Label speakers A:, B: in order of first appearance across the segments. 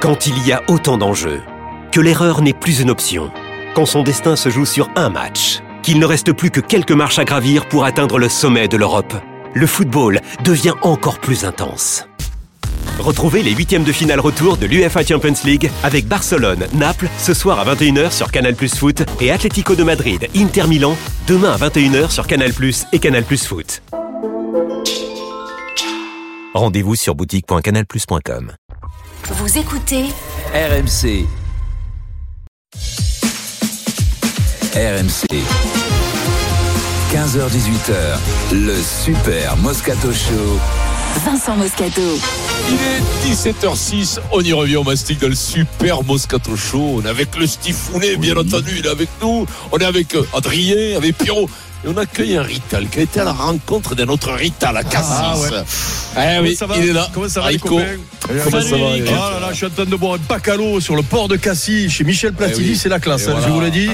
A: Quand il y a autant d'enjeux, que l'erreur n'est plus une option, quand son destin se joue sur un match, qu'il ne reste plus que quelques marches à gravir pour atteindre le sommet de l'Europe, le football devient encore plus intense. Retrouvez les huitièmes de finale retour de l'UEFA Champions League avec Barcelone, Naples ce soir à 21h sur Canal Plus Foot et Atlético de Madrid, Inter Milan demain à 21h sur Canal Plus et Canal Plus Foot. Rendez-vous sur boutique.canalplus.com.
B: Vous écoutez
C: RMC. RMC. 15h18h, le Super Moscato Show.
B: Vincent Moscato.
D: Il est 17h06, on y revient au Mastic dans le super Moscato Show. On est avec le Stifounet, bien entendu, il est avec nous. On est avec euh, Adrien, avec Pierrot. Et on accueille un Rital qui a été à la rencontre d'un autre Rital à Cassis. Eh oui,
E: ça va
D: il est là.
E: Comment ça va, les
D: Rico.
E: copains
D: Comment ça va,
E: Oh
D: Eric
E: là là, je suis en train de boire un bacalo sur le port de Cassis chez Michel Platini,
D: Eh oui.
E: c'est la classe,
D: Et
E: hein,
D: voilà,
E: je vous l'ai dit.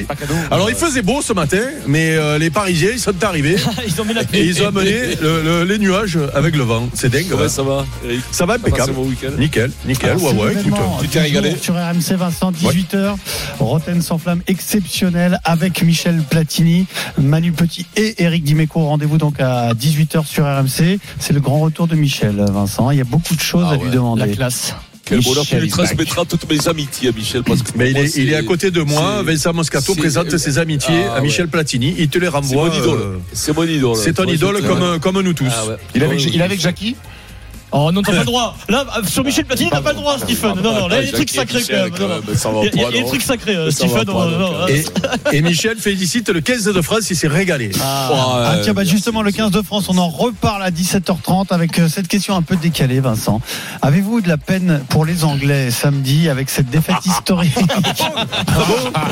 E: Alors il
D: faut
E: faisait beau ce matin, mais euh, les Parisiens ils sont arrivés
F: Ils ont mis la
E: et ils ont amené le- le- les nuages avec le vent. C'est dingue.
D: Comment
E: hein.
D: ça va, Eric
E: Ça va
D: T'as passé
E: impeccable.
D: mon week-end Ah,
E: Nickel,
G: Ah
E: nickel.
H: Alors,
E: ouais,
H: c'est
E: ouais, écoute. hein.
H: l'événement
D: tu
H: du
D: t'es régalé
H: jour Sur RMC Vincent, 18h. Rotten sans flamme exceptionnel avec Michel Platini, Manu Petit et Eric Dimeco. Rendez-vous donc à 18h sur RMC. C'est le grand retour de Michel, Vincent. Il y a beaucoup de choses
D: Ah
H: à
D: ouais,
H: lui demander.
F: La classe.
D: Quel bonheur tu
H: Michel
D: lui
H: Isaac.
D: transmettras toutes mes amitiés à Michel. Parce que
E: Mais il
D: pour moi,
E: est, il est à côté de moi,
D: c'est-
E: Vincent Moscato
D: c'est-
E: présente ses amitiés
D: Ah,
E: à Michel Platini, il te les
D: C'est
E: renvoie.
D: mon idole.
E: euh,
D: C'est mon idole.
E: C'est ton
D: Moi, je
E: idole
D: te-
E: comme, comme nous tous.
D: Ah ouais.
I: Il est avec,
D: Ouais,
I: il est avec Jackie
F: Oh non, t'as pas le droit. Là, euh, sur Michel Platini, t'as pas le droit,
D: Ah,
F: Stephen. Non, non, là, il y a des trucs
D: Jackie et
F: sacrés quand
D: Michel,
F: même. Non, non.
D: même, ça va
F: Il y a- il y a
D: pas,
F: des
D: euh, non.
F: trucs sacrés, euh,
D: Ça va
F: Stephen.
D: pas,
F: non,
D: donc,
F: non,
D: euh,
E: Et, et Michel félicite le 15 de France, il s'est régalé.
D: Ouais,
H: Ah, tiens, bah,
D: euh, merci,
H: justement, le
D: merci.
H: 15 de France, on en reparle à 17h30 avec euh, cette question un peu décalée, Vincent. Avez-vous eu de la peine pour les Anglais samedi avec cette défaite historique
D: Ah,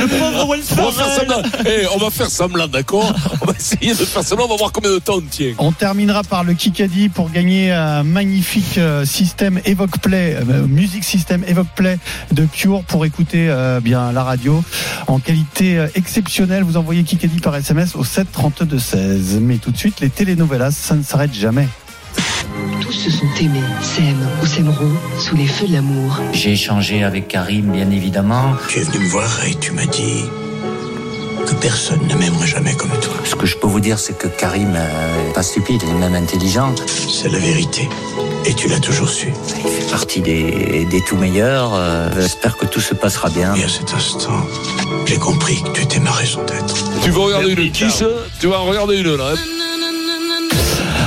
F: Le
D: On
F: pauvre
D: va faire
F: Welfare.
D: semblant, Eh, on va faire semblant, d'accord On va essayer de faire semblant, on va voir combien de temps on tient.
H: On terminera par le Kikadi pour gagner un magnifique euh, système Evoque Play, euh, musique système Evoque Play de Pure pour écouter euh, bien la radio en qualité euh, exceptionnelle. Vous envoyez Kikadi par SMS au 7 32 16. Mais tout de suite, les telenovelas, ça ne s'arrête jamais.
J: Tous se sont aimés, s'aiment ou s'aimeront sous les feux de l'amour.
K: J'ai échangé avec Karim, bien évidemment.
C: Tu es venu me voir et tu m'as dit que personne ne m'aimerait jamais comme toi.
K: Ce que je peux vous dire, c'est que Karim euh, est pas stupide, il est même intelligent.
C: C'est la vérité. Et tu l'as toujours su.
K: Il fait partie des, des tout meilleurs. euh, J'espère que tout se passera bien.
C: Et à cet instant, j'ai compris que tu étais ma raison d'être.
D: Tu vas regarder une quiche, tu vas en regarder une là. hein.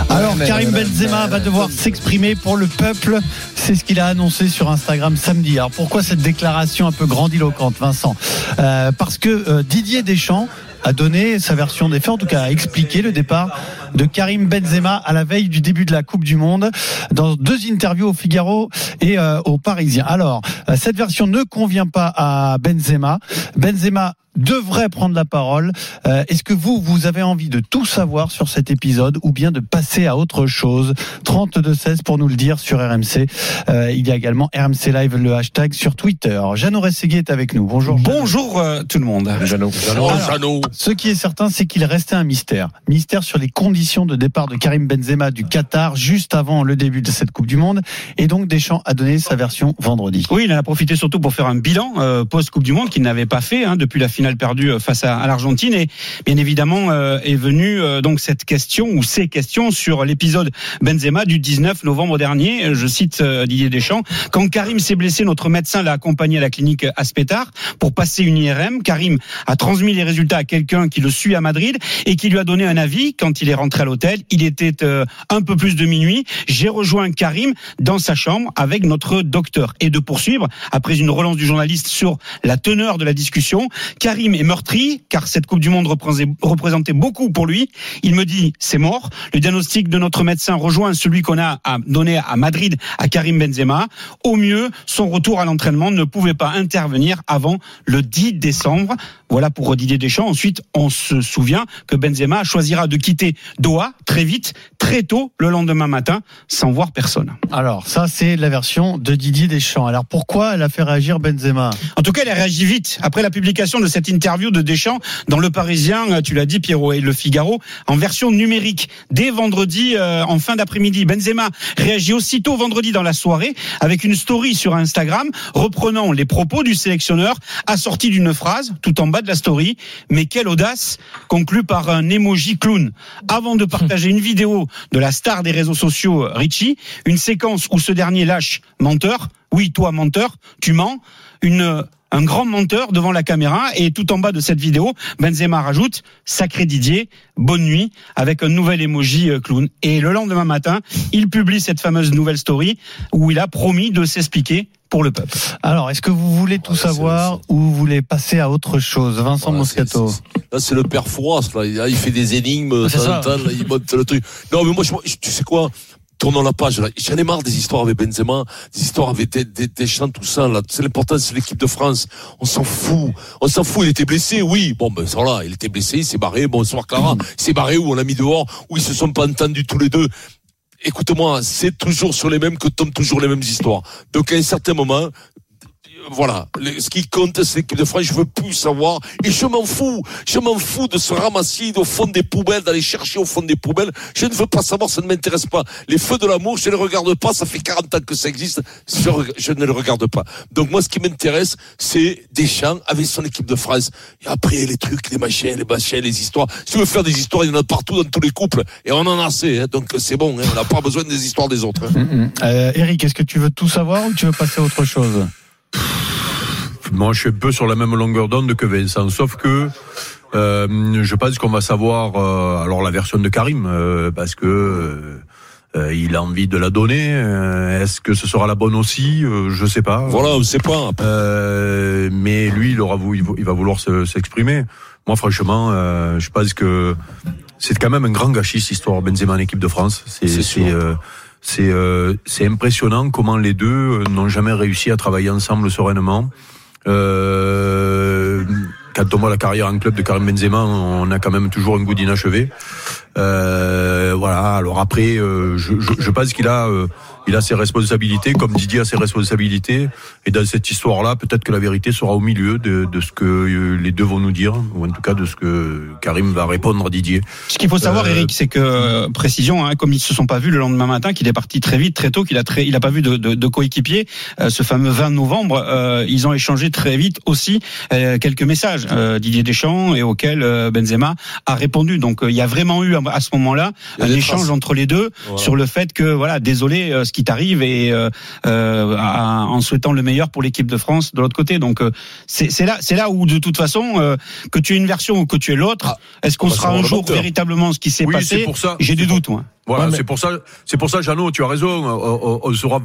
H: Alors,
I: mais-
H: Karim
I: mais-
H: Benzema
I: mais-
H: va devoir s'exprimer pour le peuple. C'est ce qu'il a annoncé sur Instagram samedi. Alors, pourquoi cette déclaration un peu grandiloquente, Vincent Euh, Parce que euh, Didier Deschamps a donné sa version des faits, en tout cas a expliqué le départ de Karim Benzema à la veille du début de la Coupe du Monde dans deux interviews au Figaro et euh, au Parisien. Alors, euh, cette version ne convient pas à Benzema. Benzema devrait prendre la parole. Euh, Est-ce que vous, vous avez envie de tout savoir sur cet épisode ou bien de passer à autre chose 32-16 pour nous le dire sur RMC. Euh, il y a également RMC Live, le hashtag sur Twitter. Jeannot Rességuier est avec nous. Bonjour. Jeannot.
I: Bonjour euh, tout le monde.
D: Oh,
H: Alors,
D: Jeannot.
H: Ce qui est certain, c'est qu'il restait un mystère. Mystère sur les conditions de départ de Karim Benzema du Qatar juste avant le début de cette Coupe du Monde. Et donc, Deschamps a donné sa version vendredi.
I: Oui, il en a profité surtout pour faire un bilan euh, post-Coupe du Monde qu'il n'avait pas fait hein, depuis la finale perdue euh, face à, à l'Argentine. Et bien évidemment euh, est venue euh, donc cette question ou ces questions sur l'épisode Benzema du 19 novembre dernier. Euh, Je cite euh, Didier Deschamps. Quand Karim s'est blessé, notre médecin l'a accompagné à la clinique Aspétard pour passer une IRM. Karim a transmis les résultats à quelqu'un qui le suit à Madrid et qui lui a donné un avis quand il est rentré à l'hôtel. Il était euh, un peu plus de minuit. J'ai rejoint Karim dans sa chambre avec notre docteur. Et de poursuivre, après une relance du journaliste sur la teneur de la discussion, Karim est meurtri, car cette Coupe du Monde représentait- représentait beaucoup pour lui. Il me dit, c'est mort. Le diagnostic de notre médecin rejoint celui qu'on a à- donné à Madrid à Karim Benzema. Au mieux, son retour à l'entraînement ne pouvait pas intervenir avant le 10 décembre. Voilà pour Didier Deschamps. Ensuite, on se souvient que Benzema choisira de quitter Doha très vite, très tôt le lendemain matin, sans voir personne.
H: Alors ça c'est la version de Didier Deschamps. Alors pourquoi elle a fait réagir Benzema
I: En tout cas, elle a réagi vite après la publication de cette interview de Deschamps dans Le Parisien, euh, tu l'as dit Pierrot et Le Figaro, en version numérique dès vendredi euh, en fin d'après-midi. Benzema réagit aussitôt vendredi dans la soirée avec une story sur Instagram reprenant les propos du sélectionneur assorti d'une phrase tout en bas de la story. Mais quelle audace conclue par un emoji clown. Avant de partager une vidéo de la star des réseaux sociaux Richie, une séquence où ce dernier lâche menteur. Oui, toi menteur, tu mens. Une un grand menteur devant la caméra et tout en bas de cette vidéo, Benzema rajoute sacré Didier, bonne nuit avec un nouvel emoji euh, clown et le lendemain matin, il publie cette fameuse nouvelle story où il a promis de s'expliquer pour le peuple.
H: Alors, est-ce que vous voulez tout ouais, savoir ou vous voulez passer à autre chose Vincent voilà, Moscato.
D: C est, c est, là, c'est le père Froisse, là. Il fait des énigmes, ah, ça. Là, il monte le truc. Non, mais moi, je, tu sais quoi tournons la page. J'en ai marre des histoires avec Benzema, des histoires avec des, des, des chants, tout ça. Là, c'est l'important, c'est l'équipe de France. On s'en fout. On s'en fout. Il était blessé, oui. Bon, ben ça là, il était blessé, il s'est barré. Bonsoir Clara. Il s'est barré où on l'a mis dehors, où ils se sont pas entendus tous les deux. Écoute-moi, c'est toujours sur les mêmes que tombent toujours les mêmes histoires. Donc à un certain moment, voilà, ce qui compte, c'est l'équipe de France. Je veux plus savoir. Et je m'en fous. Je m'en fous de se ramasser au fond des poubelles, d'aller chercher au fond des poubelles. Je ne veux pas savoir, ça ne m'intéresse pas. Les feux de l'amour, je ne les regarde pas. Ça fait 40 ans que ça existe. Je ne les regarde pas. Donc moi, ce qui m'intéresse, c'est Deschamps avec son équipe de France. Et après, les trucs, les machins, les machins, les histoires. Si tu veux faire des histoires, il y en a partout dans tous les couples. Et on en a assez. Hein. Donc c'est bon. Hein. On n'a pas besoin des histoires des autres. Hein.
H: Mm -hmm. euh, Eric, est-ce que tu veux tout savoir ou tu veux passer à autre chose?
G: Moi, je suis un peu sur la même longueur d'onde que Vincent, sauf que euh, je pense qu'on va savoir euh, alors la version de Karim, euh, parce que euh, il a envie de la donner. euh, Est-ce que ce sera la bonne aussi euh, Je sais pas.
D: Voilà, on sait pas.
G: Euh, mais lui, il, aura, voulu, il va vouloir s'exprimer. Moi, franchement, euh, je pense que c'est quand même un grand gâchis cette histoire Benzema en équipe de France. C'est c'est euh, impressionnant comment les deux euh, n'ont jamais réussi à travailler ensemble sereinement. Euh, quand on voit la carrière en club de Karim Benzema, on a quand même toujours un goût d'inachevé. Euh, voilà. Alors après, euh, je, je, je pense qu'il a, euh, il a ses responsabilités, comme Didier a ses responsabilités. Et dans cette histoire-là, peut-être que la vérité sera au milieu de, de, ce que euh, les deux vont nous dire, ou en tout cas de ce que Karim va répondre à Didier.
I: Ce qu'il faut savoir, euh, Eric, c'est que précision, hein, comme ils se sont pas vus le lendemain matin, qu'il est parti très vite, très tôt, qu'il a très, il a pas vu de, de, de coéquipier. Euh, ce fameux 20 novembre, euh, ils ont échangé très vite aussi euh, quelques messages. Didier Deschamps et auquel Benzema a répondu. Donc euh, il y a vraiment eu à ce moment-là un échange traces. entre les deux voilà. sur le fait que voilà désolé ce qui t'arrive et euh, euh, à, en souhaitant le meilleur pour l'équipe de France de l'autre côté. Donc euh, c'est là c'est là où de toute façon euh, que tu aies une version ou que tu aies l'autre, ah, est-ce qu'on sera un jour véritablement ce qui s'est oui, passé J'ai des doutes moi.
G: Voilà, ouais, mais... c'est pour ça, c'est pour ça, Jeannot, tu as raison, euh, on ne saura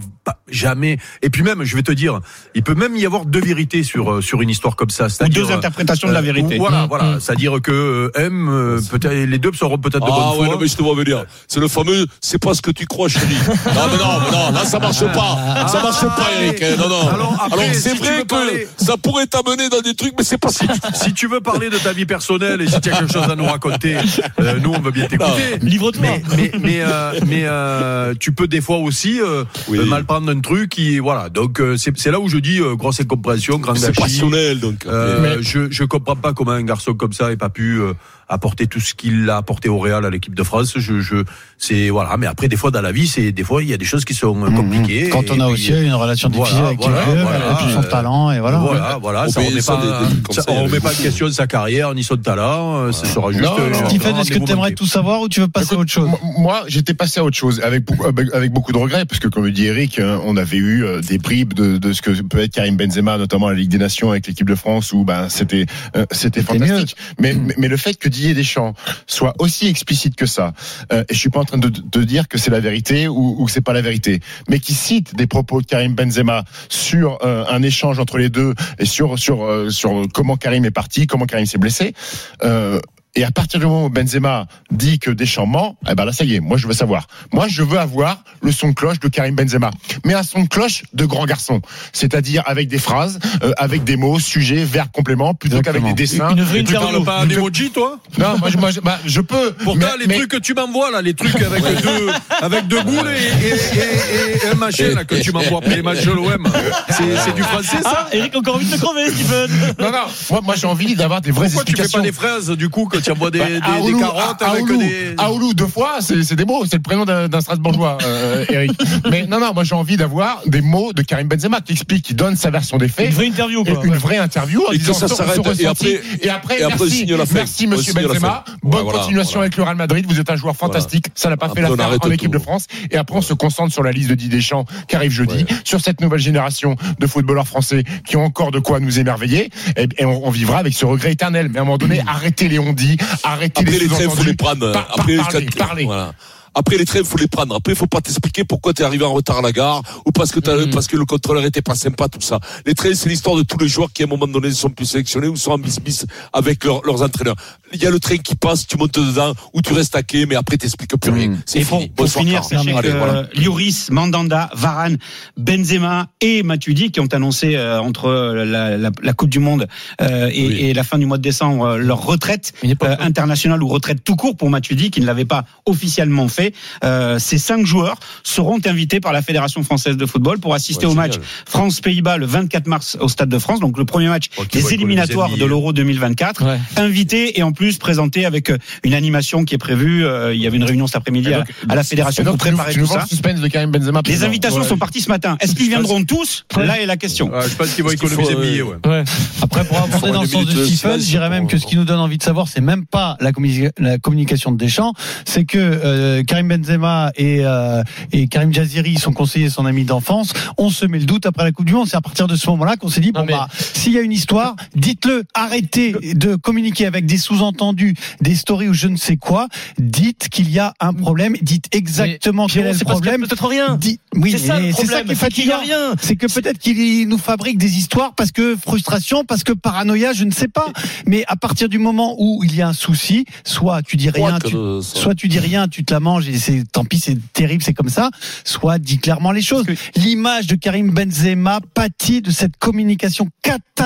G: jamais. Et puis même, je vais te dire, il peut même y avoir deux vérités sur euh, sur une histoire comme ça.
I: Ou deux interprétations euh, de la vérité.
G: Où, voilà, mmh, voilà. Mmh. C'est-à-dire que M, euh, peut-être les deux seront peut-être de
D: ah,
G: bonne
D: ouais, foi. Non, mais je te vois venir. C'est le fameux, c'est pas ce que tu crois, chérie. non, mais non, mais non, là ça marche pas, ça marche pas, Eric. Non, non. Ah, Alors, Alors c'est si vrai que parler... ça pourrait t'amener dans des trucs, mais c'est pas si.
G: si tu veux parler de ta vie personnelle et si tu as quelque chose à nous raconter, euh, nous on veut bien t'écouter.
F: Livre-toi.
G: mais euh, mais euh, tu peux des fois aussi euh, oui. mal prendre un truc et voilà donc euh, c'est là où je dis grosse incompréhension grande
D: c'est passionnel donc
L: Euh,
G: mais... je je comprends pas comment un garçon comme ça ait pas pu euh, apporter tout ce qu'il a apporté au Real à l'équipe de France je, je c'est voilà mais après des fois dans la vie c'est des fois il y a des choses qui sont euh,
L: Mhm.
G: compliquées
H: Mhm. quand on a aussi puis, une relation difficile voilà, avec voilà, quelqu'un voilà,
L: euh,
H: son talent et voilà
G: voilà voilà ça remet pas des, ça, on remet pas en question de sa carrière ni son talent euh, ce sera juste
L: euh,
H: Stéphane est-ce que tu aimerais tout savoir ou tu veux passer à autre chose
L: moi, j'étais passé à autre chose, avec beaucoup, euh, avec beaucoup de regrets, parce que comme le dit Eric, hein, on avait eu euh, des bribes de, de ce que peut être Karim Benzema, notamment à la Ligue des Nations avec l'équipe de France, où ben c'était c'était fantastique. Mais, mais, mais le fait que Didier Deschamps soit aussi explicite que ça, euh, et je suis pas en train de, de dire que c'est la vérité ou, ou que c'est pas la vérité, mais qui cite des propos de Karim Benzema sur euh, un échange entre les deux et sur sur euh, sur comment Karim est parti, comment Karim s'est blessé. Euh, Et à partir du moment où Benzema dit que Deschamps ment, eh ben là ça y est, moi je veux savoir. Moi je veux avoir le son de cloche de Karim Benzema, mais un son de cloche de grand garçon, c'est-à-dire avec des phrases, euh, avec des mots, sujets, verbes, compléments, plutôt qu'avec des dessins.
E: Une vraie interview. Tu parles pas d'emoji, toi
L: Non, moi je, moi, je- bah, je peux.
E: Pourtant, les trucs que tu m'envoies, là, les trucs avec deux, avec deux boules et, et, et, et un machin, là, que tu m'envoies après les matchs de l'OM. C'est c'est du français, ça
F: Ah, Eric, encore envie de te crever, Stephen
L: Non, non, moi, moi, j'ai envie d'avoir des vraies
E: Pourquoi tu fais
L: explications.
E: pas des fraises, du coup, que tu envoies des,
L: Bah,
E: des, des
L: Aoulou,
E: carottes
L: A-
E: avec
L: Aoulou,
E: des.
L: Aoulou, deux fois, c'est c'est des mots, c'est le prénom d'un d'un Strasbourgeois, euh, Eric. Mais non, non, moi j'ai envie d'avoir des mots de Karim Benzema qui explique, qui donne sa version des faits.
F: Une vraie interview, quoi.
L: Et Une vraie interview. en
D: Et que
L: disant
D: ça
L: son- son
D: s'arrête,
L: ressenti.
D: et après-
L: et après,
D: et après, on
L: merci,
D: signe la fin.
L: merci Monsieur
D: On signe la
L: Benzema.
D: fin. Ouais,
L: Bonne
D: voilà,
L: continuation
D: voilà.
L: avec le Real Madrid. Vous êtes un joueur fantastique. Ça n'a pas
D: Après,
L: fait
D: on
L: l'affaire
D: arrête
L: en équipe
D: tout.
L: de France. Et après, on se concentre sur la liste de Didier Deschamps qui arrive jeudi, sur cette nouvelle génération de footballeurs français qui ont encore de quoi nous émerveiller. Et, et on, on vivra avec ce regret éternel. Mais à un moment donné, arrêtez les ondis, arrêtez
D: Après les trêves,
L: sous-entendus.
D: faut les prendre.
L: Par- par-
D: Après,
L: parlez,
D: quand-
L: parlez.
D: voilà. Après les trêves, faut les prendre. Après, faut pas t'expliquer pourquoi t'es arrivé en retard à la gare ou parce que t'as-
F: Hmm.
D: parce que le contrôleur était pas sympa, tout ça. Les trêves, c'est l'histoire de tous les joueurs qui à un moment donné sont plus sélectionnés ou sont en bis avec leurs- leurs entraîneurs. Il y a le train qui passe, tu montes dedans ou tu restes taqué, mais après t'expliques plus rien.
F: Hmm.
D: C'est
I: Et pour,
D: fini.
I: pour
D: Bonsoir,
I: finir,
D: Karl.
I: sachez
D: Allez,
F: euh,
I: que
D: voilà.
I: Lloris, Mandanda, Varane, Benzema et Matuidi qui ont annoncé euh, entre euh, la, la- la Coupe du Monde euh, et, et la fin du mois de décembre euh, leur retraite euh, internationale ou retraite tout court pour Matuidi qui ne l'avait pas officiellement fait. Euh, ces cinq joueurs seront invités par la Fédération française de football pour assister au match France-Pays-Bas le 24 mars au Stade de France, donc le premier match
D: Oh,
G: Ok, ouais,
I: des éliminatoires
G: Colombie,
I: de
G: euh,
I: l'Euro 2024.
G: Ouais.
I: Invité et en plus présenté avec euh, une animation qui est prévue. euh, Il y avait une réunion cet après-midi
L: Et
I: à,
L: donc,
I: à la fédération
L: et donc,
I: pour
L: tu nous-
I: préparer
L: tu nous
I: tout
L: vends
I: ça.
L: le suspense de Karim Benzema.
I: Les
L: président.
I: invitations
L: Ouais.
I: sont parties ce matin. Est-ce qu'ils viendront tous Là est la question.
G: Ah, je pense qu'ils vont
I: Est-ce qu'il faut,
G: économiser
I: euh,
G: billets, ouais.
H: Après, pour aborder dans le sens de Stephen, je dirais même que ce qui nous donne envie de savoir, c'est même pas la, communi- la communication de Deschamps, c'est que euh, Karim Benzema et, euh, et Karim Jaziri, son conseiller, son ami d'enfance, on se met le doute après la Coupe du Monde. C'est à partir de ce moment-là qu'on s'est dit, bon bah, s'il y a une histoire, dites-le, arrêtez de communiquer avec des sous-entendus, des stories ou je ne sais quoi, dites qu'il y a un problème, dites exactement quel
F: Pierrot,
H: est le
F: c'est parce qu'il y a
H: problème.
F: peut-être rien.
H: Dites- oui,
F: Hein. C'est ça le
H: mais c'est ça
F: problème,
H: qui est
F: c'est qu'il y a
H: fatigant.
F: rien.
H: C'est que peut-être qu'il nous fabrique des histoires parce que frustration, parce que paranoïa, je ne sais pas. Mais à partir du moment où il y a un souci, soit tu dis
D: Quoi
H: rien,
D: que
H: tu,
D: le- ça-
H: soit tu dis rien, tu te la manges et c'est tant pis, c'est terrible, c'est comme ça. Soit dis clairement les choses. L'image de Karim Benzema pâtit de cette communication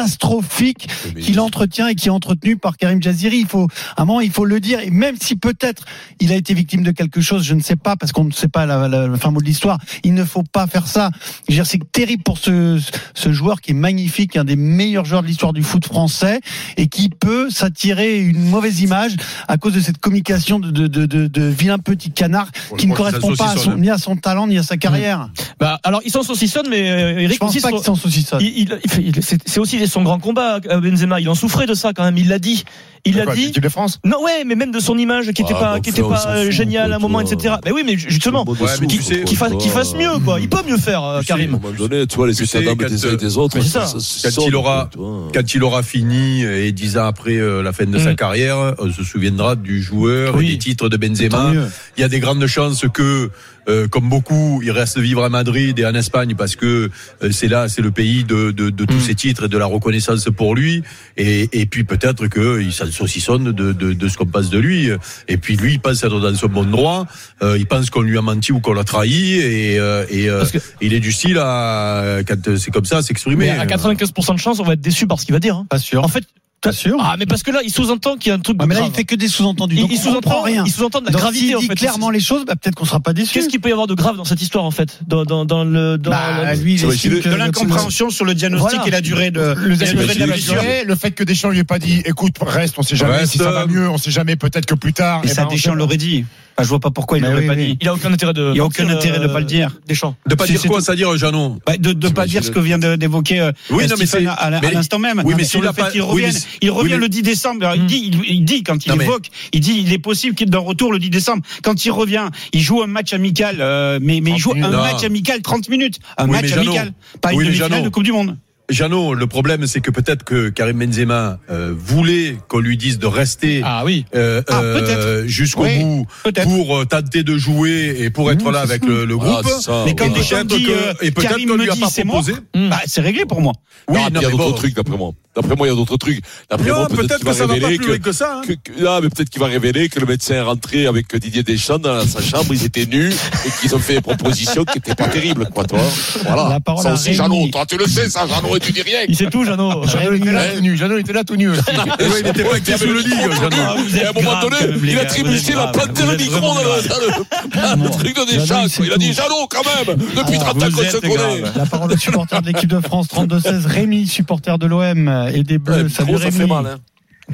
H: catastrophique qu'il entretient et qui est entretenue par Karim Jaziri. Il faut, à un moment, il faut le dire. Et même si peut-être il a été victime de quelque chose, je ne sais pas parce qu'on ne sait pas la, la- le fin mot de l'histoire. Il ne faut pas faire ça. Je veux dire, c'est terrible pour ce, ce joueur qui est magnifique, un des meilleurs joueurs de l'histoire du foot français et qui peut s'attirer une mauvaise image à cause de cette communication de, de, de, de, de vilain petit canard
G: Bon, je
H: qui ne
G: crois que ça
H: correspond pas à son,
G: saucissonne.
H: ni à son talent ni à sa carrière.
F: Bah, alors, ils sont saucissonnent, mais euh,
H: Je
F: Eric
H: pense
F: aussi.
H: pas
F: son-
H: qu'ils s'en saucissonnent.
F: il- il- il fait- il- c'est c'est aussi son grand combat, euh, Benzema. Il en souffrait de ça quand même. Il l'a dit. Il
L: De
F: l'a
L: quoi,
F: dit.
L: L'équipe de France
F: Non, ouais, mais même de son image qui était
D: Ah,
F: pas,
D: bon,
F: qui était
D: frère, on
F: pas
D: s'en
F: euh,
D: fout,
F: géniale à un
D: quoi,
F: moment,
D: toi.
L: euh.
F: etc. Mais oui, mais ju- justement,
D: Ouais, mais
F: qu'il
D: tu sais,
F: qu'il fasse,
D: toi,
F: qu'il fasse mieux, quoi. Il peut mieux faire,
H: Ah,
F: euh,
D: Tu sais, À un
F: Karim.
E: bah,
D: moment donné, tu vois, les
G: Tu sais,
D: états d'âme
G: quand,
D: des uns et des autres,
F: mais c'est ça.
G: Quand
D: sort,
G: il aura-
D: tu vois.
G: Quand il aura fini et dix ans après euh, la fin de sa
E: euh,
G: carrière, on se souviendra du joueur et des titres de Benzema. Il y a des grandes chances que, euh, comme beaucoup, il reste vivre à Madrid et en Espagne parce que euh, c'est là, c'est le pays de, de, de
I: Hmm.
G: tous ces titres et de la reconnaissance pour lui. Et, et puis peut-être qu'il s'en saucissonne de, de, de ce qu'on pense de lui. Et puis lui, il pense être dans son bon droit. Euh, il pense qu'on lui a menti ou qu'on l'a trahi. Et, euh, et euh, il est du style à, quand euh, c'est comme ça, à s'exprimer.
F: Mais à 95% de chance, on va être déçu par ce qu'il va dire. hein.
H: Pas sûr.
F: En fait,
H: Pas sûr.
F: ah, mais parce que là, il sous-entend qu'il y a un truc de
H: Ouais, Ah, mais là,
F: grave. hein.
H: il fait que des sous-entendus.
F: Il-
H: Donc,
F: il
H: il
F: sous-entend
H: sous-entend rien.
F: il sous-entend de la
H: Donc,
F: gravité,
H: S'il
F: en
H: dit
F: fait,
H: clairement les choses, bah, peut-être qu'on sera pas déçu.
F: Qu'est-ce qu'il peut y avoir de grave dans cette histoire, en fait? Dans, dans, dans le, dans la-
H: lui, il
D: C'est vrai
H: estime
D: qu'il est-
H: que-
I: De l'incompréhension sur le diagnostic
F: Voilà.
I: et la durée de,
L: Le,
I: et la durée de la
L: le-
I: blessure.
L: le- le fait que Deschamps lui ait pas dit, écoute, reste, on sait jamais
G: Reste.
L: si ça va mieux, on sait jamais, peut-être que plus tard.
I: Et
L: eh
I: ça,
L: ben, on
I: Deschamps
L: sait-
I: l'aurait dit. Enfin, je vois pas pourquoi il
H: Mais
I: l'aurait
H: oui,
I: pas
H: oui.
I: dit.
F: Il a aucun intérêt de.
I: Il y a aucun
F: partir,
I: intérêt de pas le dire.
F: Deschamps.
G: De pas
I: C'est-
G: dire
I: c'est
G: quoi,
I: tout.
G: c'est-à-dire euh, Jeannot
I: Bah, de ne pas
D: T'imagines
I: dire
D: le-
I: ce que vient de- d'évoquer euh,
G: Oui, non, mais
I: Stephen
G: c'est-
I: à, la- à
G: mais-
I: l'instant même.
G: oui, mais
I: sur
G: s'il
I: le
G: a
I: fait
G: pas-
I: qu'il
G: oui, mais
I: revienne,
G: si-
I: il
G: oui,
I: revient
G: mais- Hmm.
I: le 10 décembre. Alors, Il dit, il, il dit quand il
G: Non, mais-
I: évoque, il dit, il est possible qu'il d'un retour le 10 décembre. Quand il revient, il joue un match amical, euh, mais, mais il joue
L: 30
I: un
G: minutes.
I: match amical 30 minutes, un
G: Oui,
I: match
G: mais Jeannot.
I: amical, pas
G: Oui,
I: une
G: mais
I: demi-finale
G: Jeannot.
I: de Coupe du Monde.
G: Jeannot, le problème, c'est que peut-être que Karim Benzema euh, voulait qu'on lui dise de rester
I: ah, oui.
G: euh, euh, jusqu'au
I: Oui,
G: bout pour euh, tenter de jouer et pour être là avec le, le
D: Ah,
G: groupe.
D: ça,
G: et
I: Mais quand Deschamps
G: peut-être
I: dit,
G: que- et
I: euh,
G: peut-être
I: Karim
G: qu'on
I: me
G: lui a
I: dit,
G: pas
I: c'est moi
G: proposé.
I: bah, c'est réglé pour moi.
G: Oui, non,
D: Oui, il y a
G: mais
D: d'autres
G: bon.
D: trucs d'après moi. D'après moi, il y a d'autres trucs. D'après
G: Non,
D: moi,
G: peut-être
D: qu'il
G: que
D: va
G: ça va pas
D: révéler
G: plus loin que ça, hein.
D: que- ah, mais peut-être qu'il va révéler que le médecin est rentré avec Didier Deschamps dans sa chambre, ils étaient nus et qu'ils ont fait des propositions qui n'étaient pas terribles, quoi, toi. Voilà.
H: La parole
D: ça
H: à
D: aussi,
H: Rémi.
D: Jeannot, toi, tu le sais, ça, Jeannot, et tu dis rien.
F: Il sait tout, Jeannot.
L: Jeannot était là tout nu. Jeannot était là tout nu aussi.
G: Ouais, il était pas actif sous le lit, Jeannot.
D: Et à un moment donné, il a trébuché la plainte de le micro dans le, dans le- dans le truc de
H: Jeannot,
D: Deschamps.
H: il sait
D: quoi. Il a dit
H: tout.
D: Jeannot, quand même,
G: Ah,
D: depuis 30 ans qu'on se connaît.
H: La parole au supporter de l'équipe de France, 32-16. Rémi, supporter de l'OM et des Bleus.
D: Ouais,
H: Salut
D: gros, ça
H: Rémi.
D: fait mal, hein.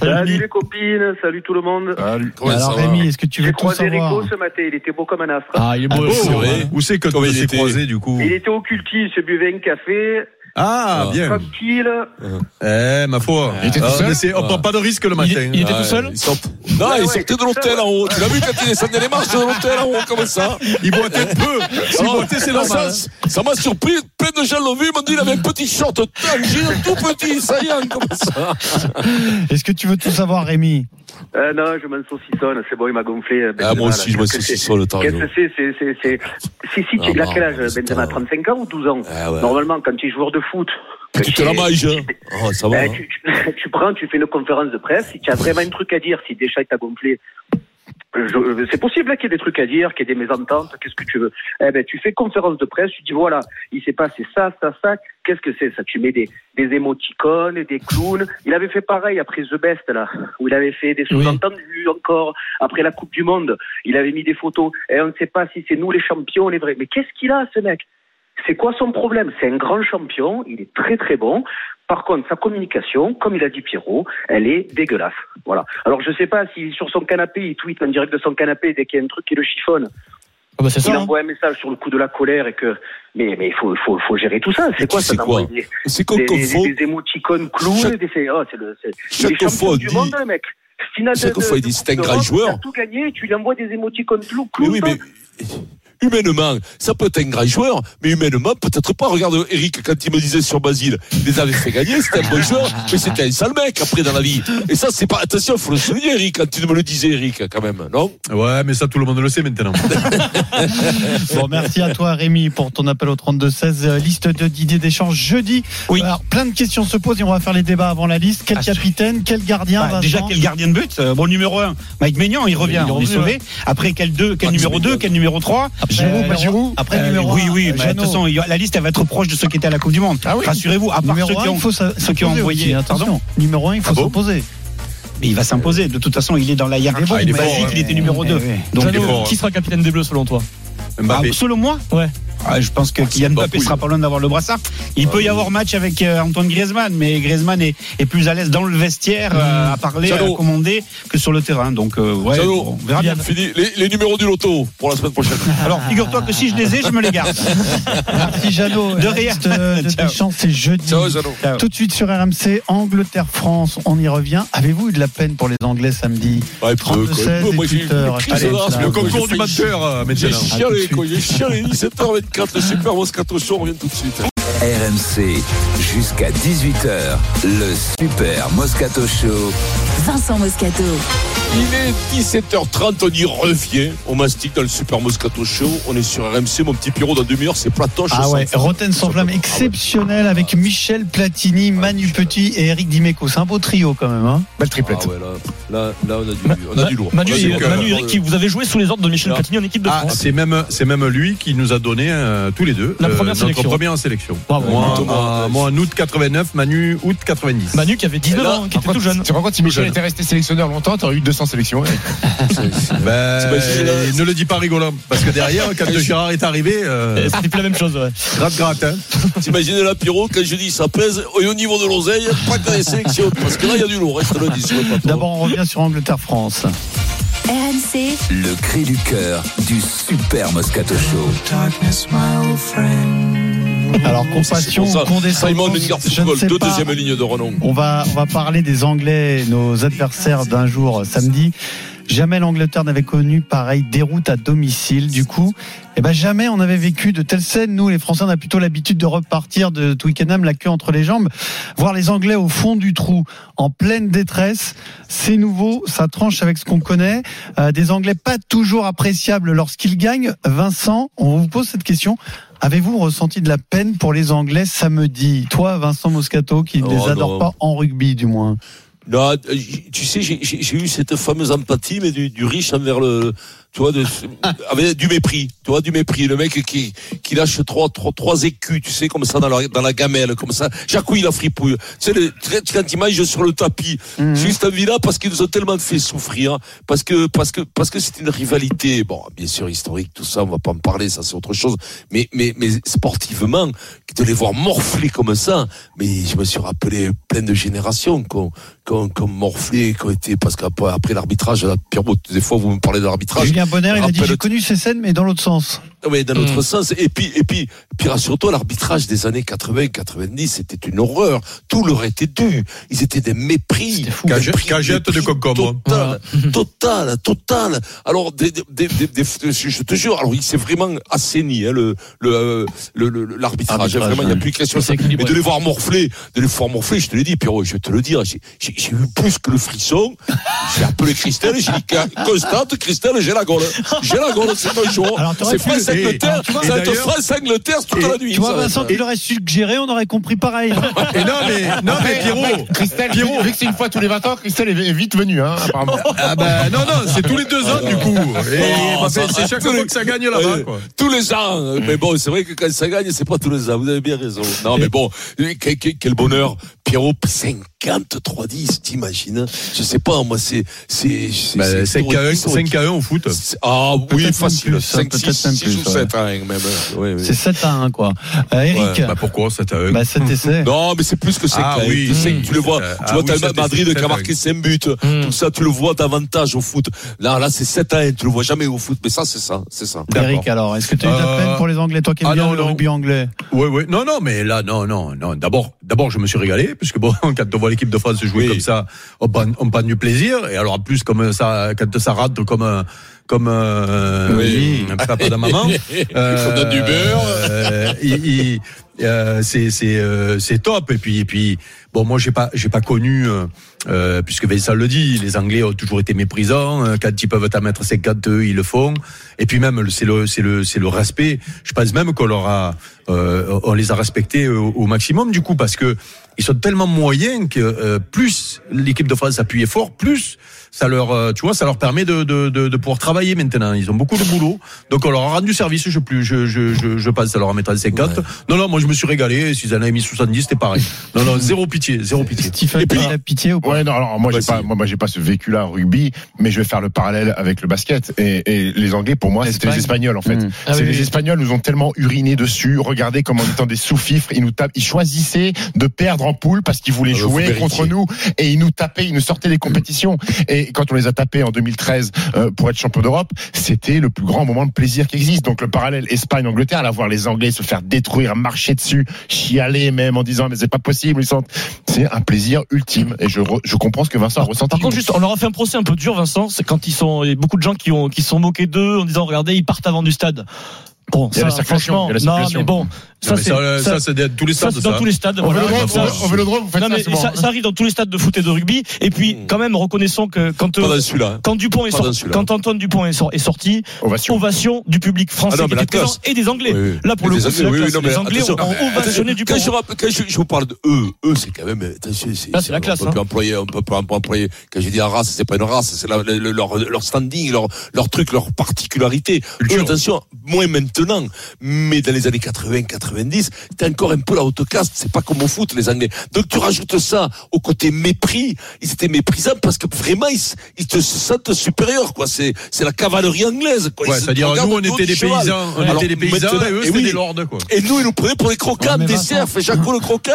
H: Salut, Rémi.
M: Salut les copines, salut tout le monde.
G: Ah,
D: Ouais,
H: Alors
D: ça va.
H: Rémi, est-ce que tu veux
M: J'ai
H: tout
M: croisé
H: savoir
M: Rico ce matin, il était beau comme un astre.
H: Ah, il est beau.
G: Ah,
H: c'est
G: bon,
H: vrai.
G: Où c'est que
D: Comment
G: tu
D: il
G: s'est
D: était
G: croisé du coup
M: Il était au culti, il se buvait un café,
G: Ah, bien.
M: tranquille.
G: Eh, ma foi.
L: Il était tout
G: Ah,
L: seul
G: mais c'est- on prend pas de risque le matin.
F: il était tout seul
D: Ils sortent- Non,
M: Ouais,
D: ils
M: ouais,
D: sortaient de
M: tout
D: l'hôtel
M: ça,
D: en haut. Tu l'as vu quand ils descendaient les marches de l'hôtel en haut, comme ça
G: Il boitait peu. S'il
D: Alors,
G: boitait, c'est normal.
D: Ça ça m'a surpris. Plein de gens l'ont vu. Ils m'ont dit il avait un petit short tangine, tout petit, saillant, comme ça.
H: Est-ce que tu veux tout savoir Rémi
M: Euh, non, je m'en saucissonne, c'est bon, il m'a gonflé. euh,
D: Ah,
M: Benzema,
D: moi aussi,
M: là.
D: je me
M: Qu'est-ce que
D: suis
M: c'est
D: sur le temps.
M: Qu'est-ce que c'est C'est- c'est- c'est- Si, si, tu-
D: Ah,
M: il a quel âge
D: bah, c'est
M: Benzema
D: pas-
M: 35 ans ou 12 ans
D: Ah, ouais.
M: Normalement, quand tu es joueur de foot.
D: Tu te la manges. hein. Oh, ça va.
M: Ben,
D: hein.
M: tu, tu- tu prends, tu fais une conférence de presse. Si tu as vraiment un truc à dire, si déjà il t'a gonflé, je- je- c'est possible là, qu'il y ait des trucs à dire, qu'il y ait des mésententes, qu'est-ce que tu veux Eh ben, tu fais conférence de presse, tu dis voilà, il s'est passé ça, ça, ça. Qu'est-ce que c'est ça Tu mets des, des émoticônes, des clowns. Il avait fait pareil après The Best là, où il avait fait des sous-entendus encore après la Coupe du Monde. Il avait mis des photos. Et on ne sait pas si c'est nous les champions, les vrais. Mais qu'est-ce qu'il a ce mec c'est quoi son problème C'est un grand champion, il est très très bon. Par contre, sa communication, comme il a dit Pierrot, elle est dégueulasse. Voilà. Alors je sais pas si sur son canapé, il tweet en direct de son canapé dès qu'il y a un truc qui le chiffonne.
F: Ah bah, c'est
M: il
F: ça. hein.
M: envoie un message sur le coup de la colère et que. Mais mais il faut faut faut gérer tout ça.
D: Et
M: C'est quoi
D: tu
M: ça
D: sais
M: d'envoyer
D: quoi
M: des,
D: C'est qu'on
M: des,
D: confond.
M: des- des émoticônes clowns
D: Chaque-
M: des- c'est- oh, c'est le c'est
D: chaque
M: il est champion
D: fois,
M: du
D: dit-
M: monde, le mec. Finale
D: chaque
M: de- de-
D: fois, il
M: de
D: dit, c'est un
M: Coupe
D: grand
M: d'Europe,
D: joueur.
M: Il a tout gagné, tu lui envoies des émoticônes clou- clowns.
D: Mais oui, mais humainement, ça peut être un grand joueur, mais humainement, peut-être pas. Regarde, Eric, quand il me disait sur Basile, il les avait fait gagner, c'était un bon joueur, mais c'était un sale mec après dans la vie. Et ça, c'est pas. Attention, faut le souligner, Eric, quand tu me le disais, Eric, quand même, non
G: Ouais, mais ça, tout le monde le sait maintenant.
H: Bon, merci à toi Rémi pour ton appel au 32-16. Euh, Liste de d'idées d'échange jeudi.
I: Oui.
H: Alors, plein de questions se posent et on va faire les débats avant la liste. Quel
I: Ah,
H: capitaine Quel gardien
I: Bah,
H: Vincent
I: déjà, quel gardien de but Euh, Bon, numéro 1, Mike Maignan, il
H: Il
I: revient,
H: est
I: on est
H: revenu,
I: sauvé. Après, quel, deux, quel
D: Mike
I: numéro
D: Maignan.
I: 2, quel numéro 3
H: Après,
I: Giroud,
H: numéro-
I: pas Giroud
H: Après
I: Euh,
H: numéro
I: Oui,
H: un,
I: oui,
H: euh,
I: mais de toute
H: Jeannot.
I: façon, il y a- la liste, elle va être proche de ceux qui étaient à la Coupe du Monde. Rassurez-vous, à part ceux
H: Numéro
I: qui
H: 1,
I: ont,
H: il faut s'a-
I: ceux qui ont
H: s'imposer aussi,
I: envoyé.
H: attention.
I: Pardon
H: Numéro 1, il faut
I: Ah bon
H: s'imposer.
I: Mais il va s'imposer. De toute façon, il est dans la hiérarchie.
H: bon,
I: il est
G: il est
I: magique,
G: fort,
I: il
G: hein.
I: était numéro 2.
H: ouais.
I: Donc, euh,
G: Il est fort, hein.
F: Qui sera capitaine des Bleus selon toi
G: Mbappé.
I: Ah, selon moi
F: Ouais.
I: Ah, je pense que Kylian Mbappé sera pas loin d'avoir le brassard. Il peut y avoir match avec euh, Antoine Griezmann, mais Griezmann est, est plus à l'aise dans le vestiaire euh, à parler,
D: Jalo.
I: à commander que sur le terrain. Donc euh, ouais,
D: Jalo.
I: bon, on verra bien.
D: Fini, les, les numéros du loto pour la semaine prochaine.
I: Alors figure-toi que si je les ai, je me les garde.
H: Merci Jeannot.
I: Ah. De
H: La
I: rien.
H: liste, euh, de
I: Ciao.
H: Deschamps, c'est jeudi.
D: Ciao, Jeannot.
I: Ciao.
H: Tout de suite sur RMC, Angleterre-France, on y revient. Avez-vous eu de la peine pour les Anglais samedi
I: Euh,
D: Ouais, peu,
H: 32,
D: quoi.
H: 16
D: Peu,
H: et
D: moi, j'ai eu
H: Twitter.
D: une crise
H: Allez,
D: d'angoisse,
H: ça,
D: le
G: Le
H: oui.
G: concours du batteur, euh,
D: J'ai
G: maintenant.
H: tout de
D: chialé,
H: suite.
D: quoi, j'ai chialé. 17h24, le super Moscato Show, on revient tout de suite.
N: RMC, jusqu'à 18h, le Super Moscato Show.
B: Vincent Moscato.
D: Il est 17h30, on y revient. On mastique dans le Super Moscato Show. On est sur RMC, mon petit Pierrot, dans demi-heure, c'est Platoche.
H: Ah
D: sans
H: ouais,
D: flamme.
H: Rotten sans flamme exceptionnel avec Michel Platini, Manu Petit et Eric Dimeco. C'est un beau trio quand même. Hein
L: Belle triplette.
D: Ah ouais, là, là, là, on a du, on a du lourd.
F: Manu,
D: Là,
F: et-
H: euh,
D: c'est que- euh,
F: Manu et Eric, vous avez joué sous les ordres de Michel
D: Non.
F: Platini en équipe de
G: Ah,
F: France.
G: c'est même, c'est même lui qui nous a donné euh, tous les deux
F: La première
G: notre
F: sélection.
G: première sélection.
F: Bravo.
G: moi,
D: Thomas.
G: en- moi en août 89, Manu août 90.
F: Manu qui avait 19 ans, qui
L: Par
F: était tout
L: contre,
F: jeune.
L: Tu te rends compte, si Michel était resté sélectionneur longtemps, t'aurais eu 200 sélections.
G: Ben,
D: C'est pas si-
G: euh, ne le dis pas rigolant, parce que derrière, quand Gérard est arrivé, euh,
F: Euh, C'était plus la même chose. ouais.
G: gratte gratte. Hein.
D: T'imagines la Pierrot, quand je dis ça pèse, et au niveau de l'oseille, pas que dans les sélections. Parce que là, il y a du lourd, hein, je te le dis. sur le plateau.
H: D'abord, on revient sur Angleterre-France.
B: RMC,
N: Le cri du cœur du Super Moscato Show.
H: Alors,
D: C'est
H: compassion,
D: pour ça. Simon
H: condescendance,
D: Lingard
H: je ne
D: Football,
H: sais
D: deux
H: pas.
D: deuxième ligne de renom.
H: On va, on va parler des Anglais, nos adversaires d'un jour euh, samedi. Jamais l'Angleterre n'avait connu pareille déroute à domicile. Du coup, eh ben jamais on avait vécu de telles scènes. Nous, les Français, on a plutôt l'habitude de repartir de Twickenham la queue entre les jambes. Voir les Anglais au fond du trou, en pleine détresse, c'est nouveau, ça tranche avec ce qu'on connaît. Euh, des Anglais pas toujours appréciables lorsqu'ils gagnent. Vincent, on vous pose cette question. Avez-vous ressenti de la peine pour les Anglais samedi Toi, Vincent Moscato, qui ne
D: Oh,
H: les adore
D: non.
H: pas en rugby, du moins.
D: Non, euh, j- tu sais, j'ai- j'ai j'ai eu cette fameuse empathie, mais du, du riche envers le, tu vois, de, avec du mépris, tu vois, du mépris. Le mec qui qui lâche trois trois trois écus, tu sais, comme ça dans la dans la gamelle, comme ça. Jacouille la fripouille. Tu sais, le, tu sais, quand il mange sur le tapis,
H: Mmh. Mhm.
D: juste envie là parce qu'ils nous ont tellement fait souffrir, hein. parce que parce que parce que c'est une rivalité. Bon, bien sûr historique, tout ça, on va pas en parler, ça c'est autre chose. Mais mais mais sportivement, de les voir morfler comme ça, mais je me suis rappelé plein de générations qu'on qu'on qu'on morflé, qu'on était parce qu'après après l'arbitrage, là, Pierrot, des fois vous me parlez de l'arbitrage.
H: Mmh. Julien Bonner, il a dit
D: Rappelle-
H: J'ai connu ces scènes, mais dans l'autre sens.
D: oui, dans l'autre
H: Mm.
D: sens. Et puis, et puis, puis rassure-toi, l'arbitrage des années 80, 90, c'était une horreur. Tout leur était dû. Ils étaient des mépris.
G: Cagette- cagette de hein.
D: concombre. Total, total, total. Alors, des, des, des, des- des- je te jure, alors il s'est vraiment assaini, hein, le, le, euh, le, le- le- l'arbitrage.
G: Arbitrage,
D: Vraiment, il n'y a
G: oui.
D: plus question.
G: Il s'est équilibré.
D: Mais de les voir morfler, de les voir morfler, je te le dis, Pierrot, je vais te le dire, j'ai, j'ai, j'ai eu plus que le frisson. J'ai appelé Christelle, j'ai dit, constate, Christelle, j'ai la gueule. J'ai la gueule, c'est un jour.
H: Alors, t'aurais
D: C'est
H: pu- Et-
D: France-Angleterre,
H: alors, tu vois-
D: ça va
H: et
D: être
H: d'ailleurs-
D: France-Angleterre toute
H: Et-
D: la nuit.
H: Tu vois,
D: ça va être-
H: Vincent, tu l'aurais suggéré, on aurait compris pareil.
L: Et non, mais, non, mais Pierrot,
H: Christelle,
L: Pierrot. Vu que c'est une fois tous les 20 ans, Christelle est vite venue, hein, apparemment.
E: Ah bah, non, non, c'est tous les deux ans, du coup.
D: Ah,
E: Et bah, c'est- c'est chaque fois que ça gagne là-bas,
D: Euh,
E: quoi.
D: Tous les ans. Euh, Mais bon, c'est vrai que quand ça gagne, c'est pas tous les ans. Vous avez bien raison. Non, mais bon, quel, quel- quel bonheur. Pierrot, 53-10, t'imagines Je sais pas, moi, c'est. c'est, c'est-
G: Bah,
D: c'est-
G: 5 à 1, 5 à 1 au foot.
D: Ah oui,
G: Peut-être
D: facile.
G: même plus, hein,
D: 5, 6,
G: peut-être même plus,
D: ou hein,
G: ouais.
D: 7 à 1, même. Oui, oui.
H: C'est 7 à 1, quoi. Euh, Eric,
G: Ouais, bah pourquoi 7 à 1
H: Bah, cet essai.
D: Non, mais c'est plus que 5
G: Ah
D: à 1.
G: oui.
D: Tu sais, tu le vois,
G: Euh,
D: tu
G: ah
D: vois,
G: oui,
D: t'as
G: ça, c'est Hmm.
D: Madrid qui a
G: 7 à 1.
D: marqué 5 buts. Tout ça, tu le vois davantage au foot. Là, là, c'est 7 à 1. Tu le vois jamais au foot. Mais ça, c'est ça. C'est ça.
H: Eric, alors, est-ce que tu as eu de la
G: Euh,
H: peine pour les Anglais, toi qui aimes
G: ah
H: bien
G: non,
H: le
G: non.
H: rugby anglais
G: Oui, oui. Non, non, mais là, non, non, non. D'abord, d'abord, je me suis régalé, parce que bon, quand on voit l'équipe de France jouer comme ça, on prend, on prend du plaisir. Et alors, en plus, comme ça, quand ça rate comme un, comme un,
D: Oui.
G: un papa d'un maman.
D: Comme du beurre.
G: euh, il- il- euh, c'est, c'est, euh, c'est top. Et puis, et puis, bon, moi, j'ai pas, j'ai pas connu, euh, euh, puisque Vincent le dit, les Anglais ont toujours été méprisants. euh, Quand ils peuvent t'en mettre 50, eux, ils le font. Et puis même, le- c'est le, c'est le, c'est le respect. Je pense même qu'on leur a, euh, on les a respectés au, au maximum du coup, parce que ils sont tellement moyens que euh, plus l'équipe de France s'appuyait fort, plus ça leur, euh, tu vois, ça leur permet de, de, de, de pouvoir travailler maintenant. Ils ont beaucoup de boulot, donc on leur a rendu service. Je plus, je, je, je, je pense, ça leur en mettra 50. Non, non, moi je me suis régalé. S'ils en avaient mis 70, c'était pareil. Non, non, zéro pitié, zéro pitié.
H: Stephen, tu as pitié ou pas
L: Ouais, non, alors moi, j'ai pas, moi, moi, j'ai pas ce vécu-là en rugby, mais je vais faire le parallèle avec le basket. Et, et les Anglais, pour moi, c'était les Espagnols, en fait.
H: Mm. Ah
L: c'est
H: oui,
L: les
H: oui.
L: Espagnols nous ont tellement uriné dessus. Regardez comme en étant des sous-fifres, ils nous tapent, ils choisissaient de perdre en poule parce qu'ils voulaient
D: Alors, faut
L: jouer
D: vérifier.
L: contre nous et ils nous tapaient, ils nous sortaient des compétitions. Et quand on les a tapés en 2013 euh, pour être champion d'Europe, c'était le plus grand moment de plaisir qui existe. Donc le parallèle Espagne-Angleterre, là, voir les Anglais se faire détruire, marcher dessus, chialer même en disant mais c'est pas possible, ils sont, c'est un plaisir ultime. Et je, re- je comprends ce que Vincent a ressenti.
F: Par contre, juste, on leur a fait un procès un peu dur, Vincent. C'est quand ils sont, il y a beaucoup de gens qui ont, qui se sont moqués d'eux en disant, regardez, ils partent avant du stade. Bon,
L: Il y a
F: ça,
L: la circulation,
F: franchement,
L: il y a la
F: non,
L: circulation.
F: mais bon,
L: Non,
F: ça,
G: mais
F: c'est,
G: ça, ça, c'est dans tous les
F: ça,
G: stades,
F: c'est dans
G: ça.
F: tous les stades.
G: Au
F: voilà.
G: vélodrome,
F: Ça,
G: au- au
L: vélodrome, vous faites
F: non,
L: ça
F: mais
L: souvent, hein.
F: ça arrive dans tous les stades de foot et de rugby. Et puis, quand même, reconnaissons que quand,
D: Mmh. Pas
F: euh,
D: dans celui-là.
F: quand Dupont est
D: Pas dans
F: sorti,
D: celui-là.
F: quand Antoine Dupont est, sor- est sorti,
L: ovation.
F: du public français
D: Ah non,
F: qui
D: mais la
F: était présent
D: classe.
F: et des Anglais.
D: Oui, oui.
F: Là, pour
D: Mais
F: le
D: les
F: coup, c'est la
D: Anglais, oui,
F: classe.
D: non, mais
F: les Anglais
D: attention.
F: ont ont ovationné Dupont.
D: Quand je, rappe- quand je- je vous parle de eux, eux c'est quand même, attention, c'est,
F: Là, c'est la
D: on
F: classe,
D: peut
F: hein.
D: plus employer, on peut pas employer. Quand je dis la race, c'est pas une race, c'est la- le- le- leur, leur standing, leur, leur truc, leur particularité. Eux, attention, moins maintenant, mais dans les années 80, 90, t'as encore un peu la haute caste, c'est pas comme au foot, les Anglais. Donc tu rajoutes ça au côté mépris, ils étaient méprisants parce que vraiment, ils, se- ils te se sentent supérieurs, quoi. C'est, c'est la cavalerie anglaise, quoi. Ils
G: Ouais,
D: se
G: c'est-à-dire,
D: regardent
G: nous, on
D: au dos
G: était
D: du
G: des
D: cheval.
G: paysans, on
D: Alors,
G: était des paysans,
D: maintenant,
G: et eux,
D: eh
G: c'était
D: oui.
G: des lords, quoi.
D: Et nous, ils nous prenaient pour les croquants,
H: Ouais, mais
D: des
H: Vincent-
D: cerfs, et Jaco le croquant.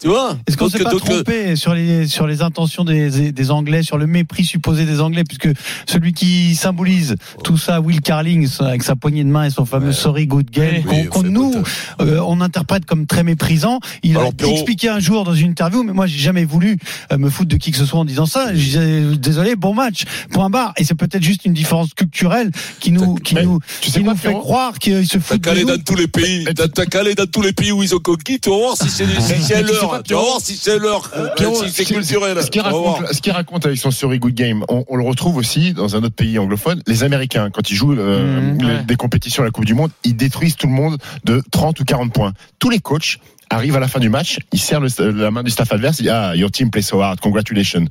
D: Tu vois
H: Est-ce qu'on
D: Donc,
H: s'est pas
D: donc, euh,
H: trompé sur les sur les intentions des, des Anglais, sur le mépris supposé des Anglais, puisque celui qui symbolise tout ça, Will Carling, avec sa poignée de main et son fameux Sorry Good Game,
D: Oui,
H: qu'on qu'on nous euh, euh, on interprète comme très méprisant. Il
D: Alors,
H: a
D: Pierrot-
H: expliqué un jour dans une interview, mais moi j'ai jamais voulu euh, me foutre de qui que ce soit en disant ça. Je disais, désolé, bon match, point barre. Et c'est peut-être juste une différence culturelle qui nous qui nous qui nous fait croire qu'ils se
D: T'as
H: foutent. de
D: calé
H: nous.
D: dans tous les pays. T'as- T'as calé dans tous les pays où ils ont conquis. Tu vas voir si c'est si c'est
L: Mais tu sais
D: leur.
L: pas,
D: Tu vas voir si c'est leur.
L: Pierrot,
D: Si c'est
L: ce qui-
D: culturel.
L: Ce qu'il
D: Tu vas voir.
L: raconte, ce qu'il raconte avec son Surrey Good Game, on, on le retrouve aussi dans un autre pays anglophone. Les Américains, quand ils jouent euh, les- des compétitions à la Coupe du Monde, ils détruisent tout le monde de 30 ou 40 points. Tous les coachs arrivent à la fin du match, ils serrent le- la main du staff adverse, ils disent Ah, your team play so hard, congratulations.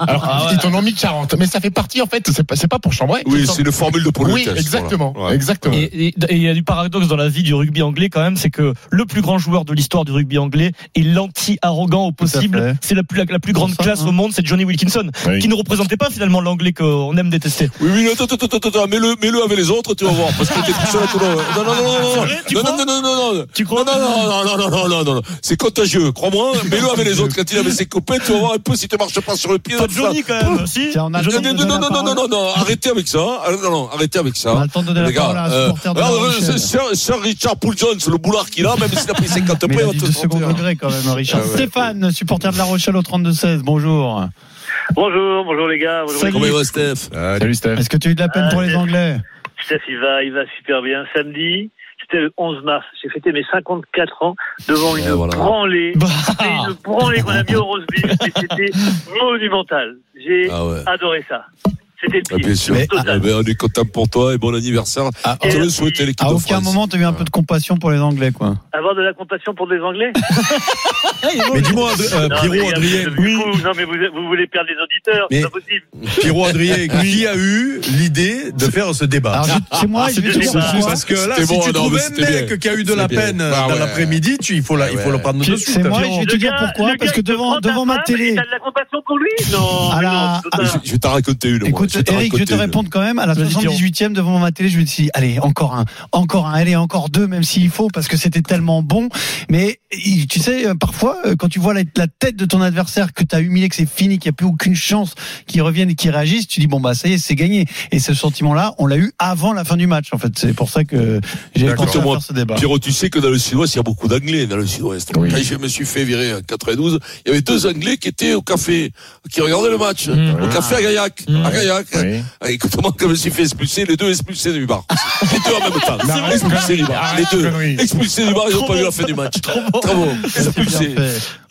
L: Alors,
F: Ah
L: ils t'en ont mis 40. Mais ça fait partie, en fait, c'est pas, c'est pas pour chambrer.
D: Oui, c'est une formule de
L: Oui,
D: politesse,
L: exactement.
D: voilà. Ouais.
L: exactement.
F: Et et- et il y a du paradoxe dans la vie du rugby anglais quand même, c'est que le plus grand joueur de l'histoire du rugby anglais est l'anti-arrogant au possible. C'est la plus, la, la plus grande classe au monde, c'est Johnny Wilkinson,
L: hein. Oui.
F: qui ne représentait pas finalement l'anglais qu'on aime détester.
D: Oui, oui, attends, attends, attends, attends, mets-le, mets-le avec les autres, tu vas voir, parce que t'es tout seul à tout le monde. Non, non, non, non, non,
F: Tu
D: non, non, non, non, non, tu crois non, non, non, non, non, non, non, non, c'est contagieux, crois-moi, mets-le avec les autres, quand il est avec ses copains, tu vas voir un peu si tu marches pas sur le pied.
F: Pas de
D: tout ça.
F: Johnny, quand même, si. Tiens, on a le temps
D: Non,
F: de
D: non, non,
F: donner
D: non,
F: la
D: non,
F: parole.
D: non, non, non, arrêtez avec ça, Ah, non, non, arrêtez avec ça.
F: On a le temps de donner la
D: Les gars,
F: parole à un
D: euh,
F: supporter de
D: ah,
F: La
D: ouais,
F: Rochelle.
D: Sir- Sir Richard Poul Jones, le boulard qu'il a, même s'il a pris 50 points,
H: Mais il a
D: on
H: dit
D: te
H: de second
D: sentir.
H: degré quand même, hein, Richard.
D: Ah ouais.
H: Stéphane, supporter de La Rochelle au 32-16, bonjour.
O: Bonjour, bonjour les gars. Bonjour les
H: Salut.
D: Comment il
O: gars.
D: va, Steph?
L: Salut, Steph.
H: Est-ce que tu as eu de la peine pour les Anglais
O: Steph, il va, il va super bien. Samedi, c'était le 11 mars. J'ai fêté mes 54 ans devant
D: Eh,
O: une branlée.
H: Bah.
G: Ah,
O: C'était une branlée qu'on a mis au Roseville. et C'était monumental. J'ai
D: Ah ouais.
O: adoré ça. C'était le
D: Ah, bien sûr.
O: pire.
D: Ah,
O: Total.
D: ben, on est content pour toi et bon anniversaire. Je te le souhaite, l'équipe
H: À
D: de
H: aucun
D: France.
H: moment, tu as eu un peu de compassion pour les Anglais, quoi.
O: Avoir de la compassion pour des Anglais
G: Mais dis-moi, Adr- euh,
H: Ah,
O: Non,
G: Pierrot,
O: mais les gars,
G: Adrien,
O: vous êtes fous. Non, mais vous, vous voulez perdre les auditeurs, c'est
G: Mais-
O: pas possible.
G: Pierrot Adrien, qui a eu l'idée de faire ce débat
H: Alors, je- c'est moi,
G: Ah,
H: je
G: c'est
H: vais
G: tout,
H: dire
G: c'est
H: pourquoi.
G: tout. Parce que là,
H: C'était
G: si
H: bon,
G: tu
H: non,
G: trouves
H: mais
G: un
H: c'était
G: mec
H: bien.
G: qui a eu de la
H: C'était bien.
G: peine
H: Ah
G: dans
H: ouais.
G: l'après-midi, tu- il faut, la- il faut le prendre de suite. hein.
H: C'est moi, je vais te dire
O: gars-
H: pourquoi.
O: le
H: Parce
O: gars,
H: que
O: il te
H: devant,
O: prend ta
H: devant ma
O: femme et
H: télé. Ah
O: T'as de la compassion pour lui Non,
H: À
O: mais non,
H: la-
O: total.
D: Je vais t'en raconter une. moi.
H: Écoute,
D: Je vais t'en
H: Eric, je
D: raconter
H: vais te
D: une.
H: répondre quand même. À la
D: Vas-y, Pierrot.
H: 78e, devant ma télé, je me suis dit, allez, encore un, encore un, allez, encore deux, même s'il faut, parce que c'était tellement bon. Mais il- tu sais, euh, parfois, euh, quand tu vois la, la tête de ton adversaire, que tu as humilié, que c'est fini, qu'il n'y a plus aucune chance qu'il revienne et qu'il réagisse, tu dis, bon, bah, ça y est, c'est gagné. Et ce sentiment-là, on l'a eu avant la fin du match, en fait. C'est pour ça que j'ai
D: D'accord.
H: pensé à
D: Moi,
H: faire ce débat.
D: Pierrot, tu sais que dans le sud-ouest, il y a beaucoup d'anglais dans le sud-ouest. Quand je me suis fait virer en 92, il y avait deux anglais qui étaient au café, qui regardaient le match. Au café à Gaillac. À Gaillac. Ah, Écoute-moi, quand je me suis fait expulser, les deux expulsés du bar. les deux en même temps.
L: Mais arrête,
D: Expulsés du bar.
L: arrête,
D: Les
L: connerie.
D: deux. Expulsés du bar, ils n'ont pas vu la fin du match. ah, Trop bon. Trop bon. Expulsés.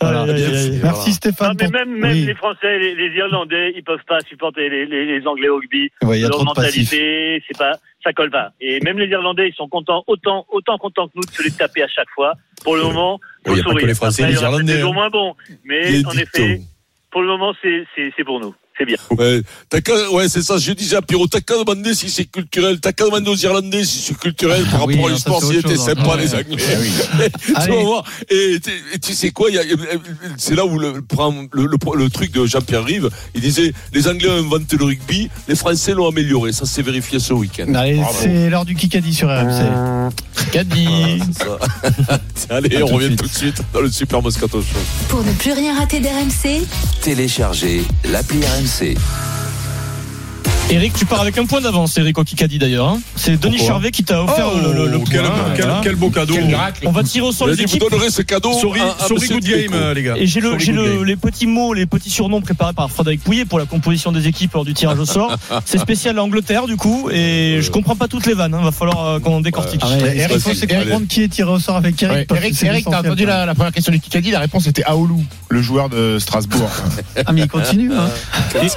H: Voilà.
D: Aïe, aïe, aïe.
H: Merci
D: Voilà.
H: Stéphane.
O: Non, mais
H: pour-
O: même, même
H: Oui.
O: les Français, les, les Irlandais, ils peuvent pas supporter les, les, les Anglais au rugby.
H: Ouais, il y a
O: Leur
H: trop de passifs.
O: mentalité, c'est pas, ça colle pas. Et même les Irlandais, ils sont contents, autant, autant contents que nous de se les taper à chaque fois. Pour le moment,
G: il Euh, y a pas
O: sourire.
G: que les Français et
O: Après,
G: les
O: il y aura peut-être
G: Irlandais,
O: des jours
G: hein.
O: moins bons. Mais
G: Les
O: en
G: dictons.
O: effet, pour le moment, c'est, c'est, c'est pour nous. C'est bien.
D: Ouais, t'as qu'à- ouais, c'est ça, je disais à Pierrot, t'as qu'à demander si c'est culturel, t'as qu'à demander aux Irlandais si c'est culturel par
H: Ah oui,
D: rapport à
H: alors
D: l'histoire,
H: ça, c'est
D: s'ils
H: autre
D: étaient
H: chose, hein.
D: sympas,
H: Ouais.
D: les Anglais.
H: Ah oui.
D: tu vas
H: Allez.
D: voir. Et, tu- et tu sais quoi, il y a- c'est là où le, prend le, le- le truc de Jean-Pierre Rive, il disait, les Anglais ont inventé le rugby, les Français l'ont amélioré, ça s'est vérifié ce week-end.
H: Allez,
D: Bravo.
H: c'est l'heure du Kikadi sur RMC. Kikadi.
D: Allez, on revient tout de suite dans le Super Moscato Show.
B: Pour ne plus rien rater d'RMC,
N: Téléchargez l'appli RMC.
F: Eric, tu pars avec un point d'avance, Eric au Kikadi d'ailleurs. hein. C'est Denis
N: Pourquoi
F: Charvet qui t'a offert
N: Oh,
F: le, le- le
N: quel-
F: point.
N: quel-
F: Voilà.
N: quel
G: beau cadeau. Quel miracle.
F: On va tirer au sort
G: Vas-y,
F: les
G: vous
F: équipes.
G: donnerez ce cadeau Sorry- à- à sorry, monsieur good Dico. game, euh, les gars.
F: Et j'ai le-
G: Sorry,
F: j'ai
G: good
F: le-
G: game.
F: les petits mots, les petits surnoms préparés par Frédéric Pouillet pour la composition des équipes lors du tirage au sort. C'est spécial à Angleterre du coup, et je comprends pas toutes les vannes. Il va falloir euh, qu'on décortique.
H: Ah ouais, Eric, il faut c'est comprendre qui est tiré au sort avec Eric.
L: Ouais,
H: parce que
L: Eric,
H: c'est
L: Eric, t'as
H: l'essentiel.
L: entendu la, la première question du Kikadi, la réponse était Aoulou, le joueur de Strasbourg.
H: Ah, mais il continue, hein.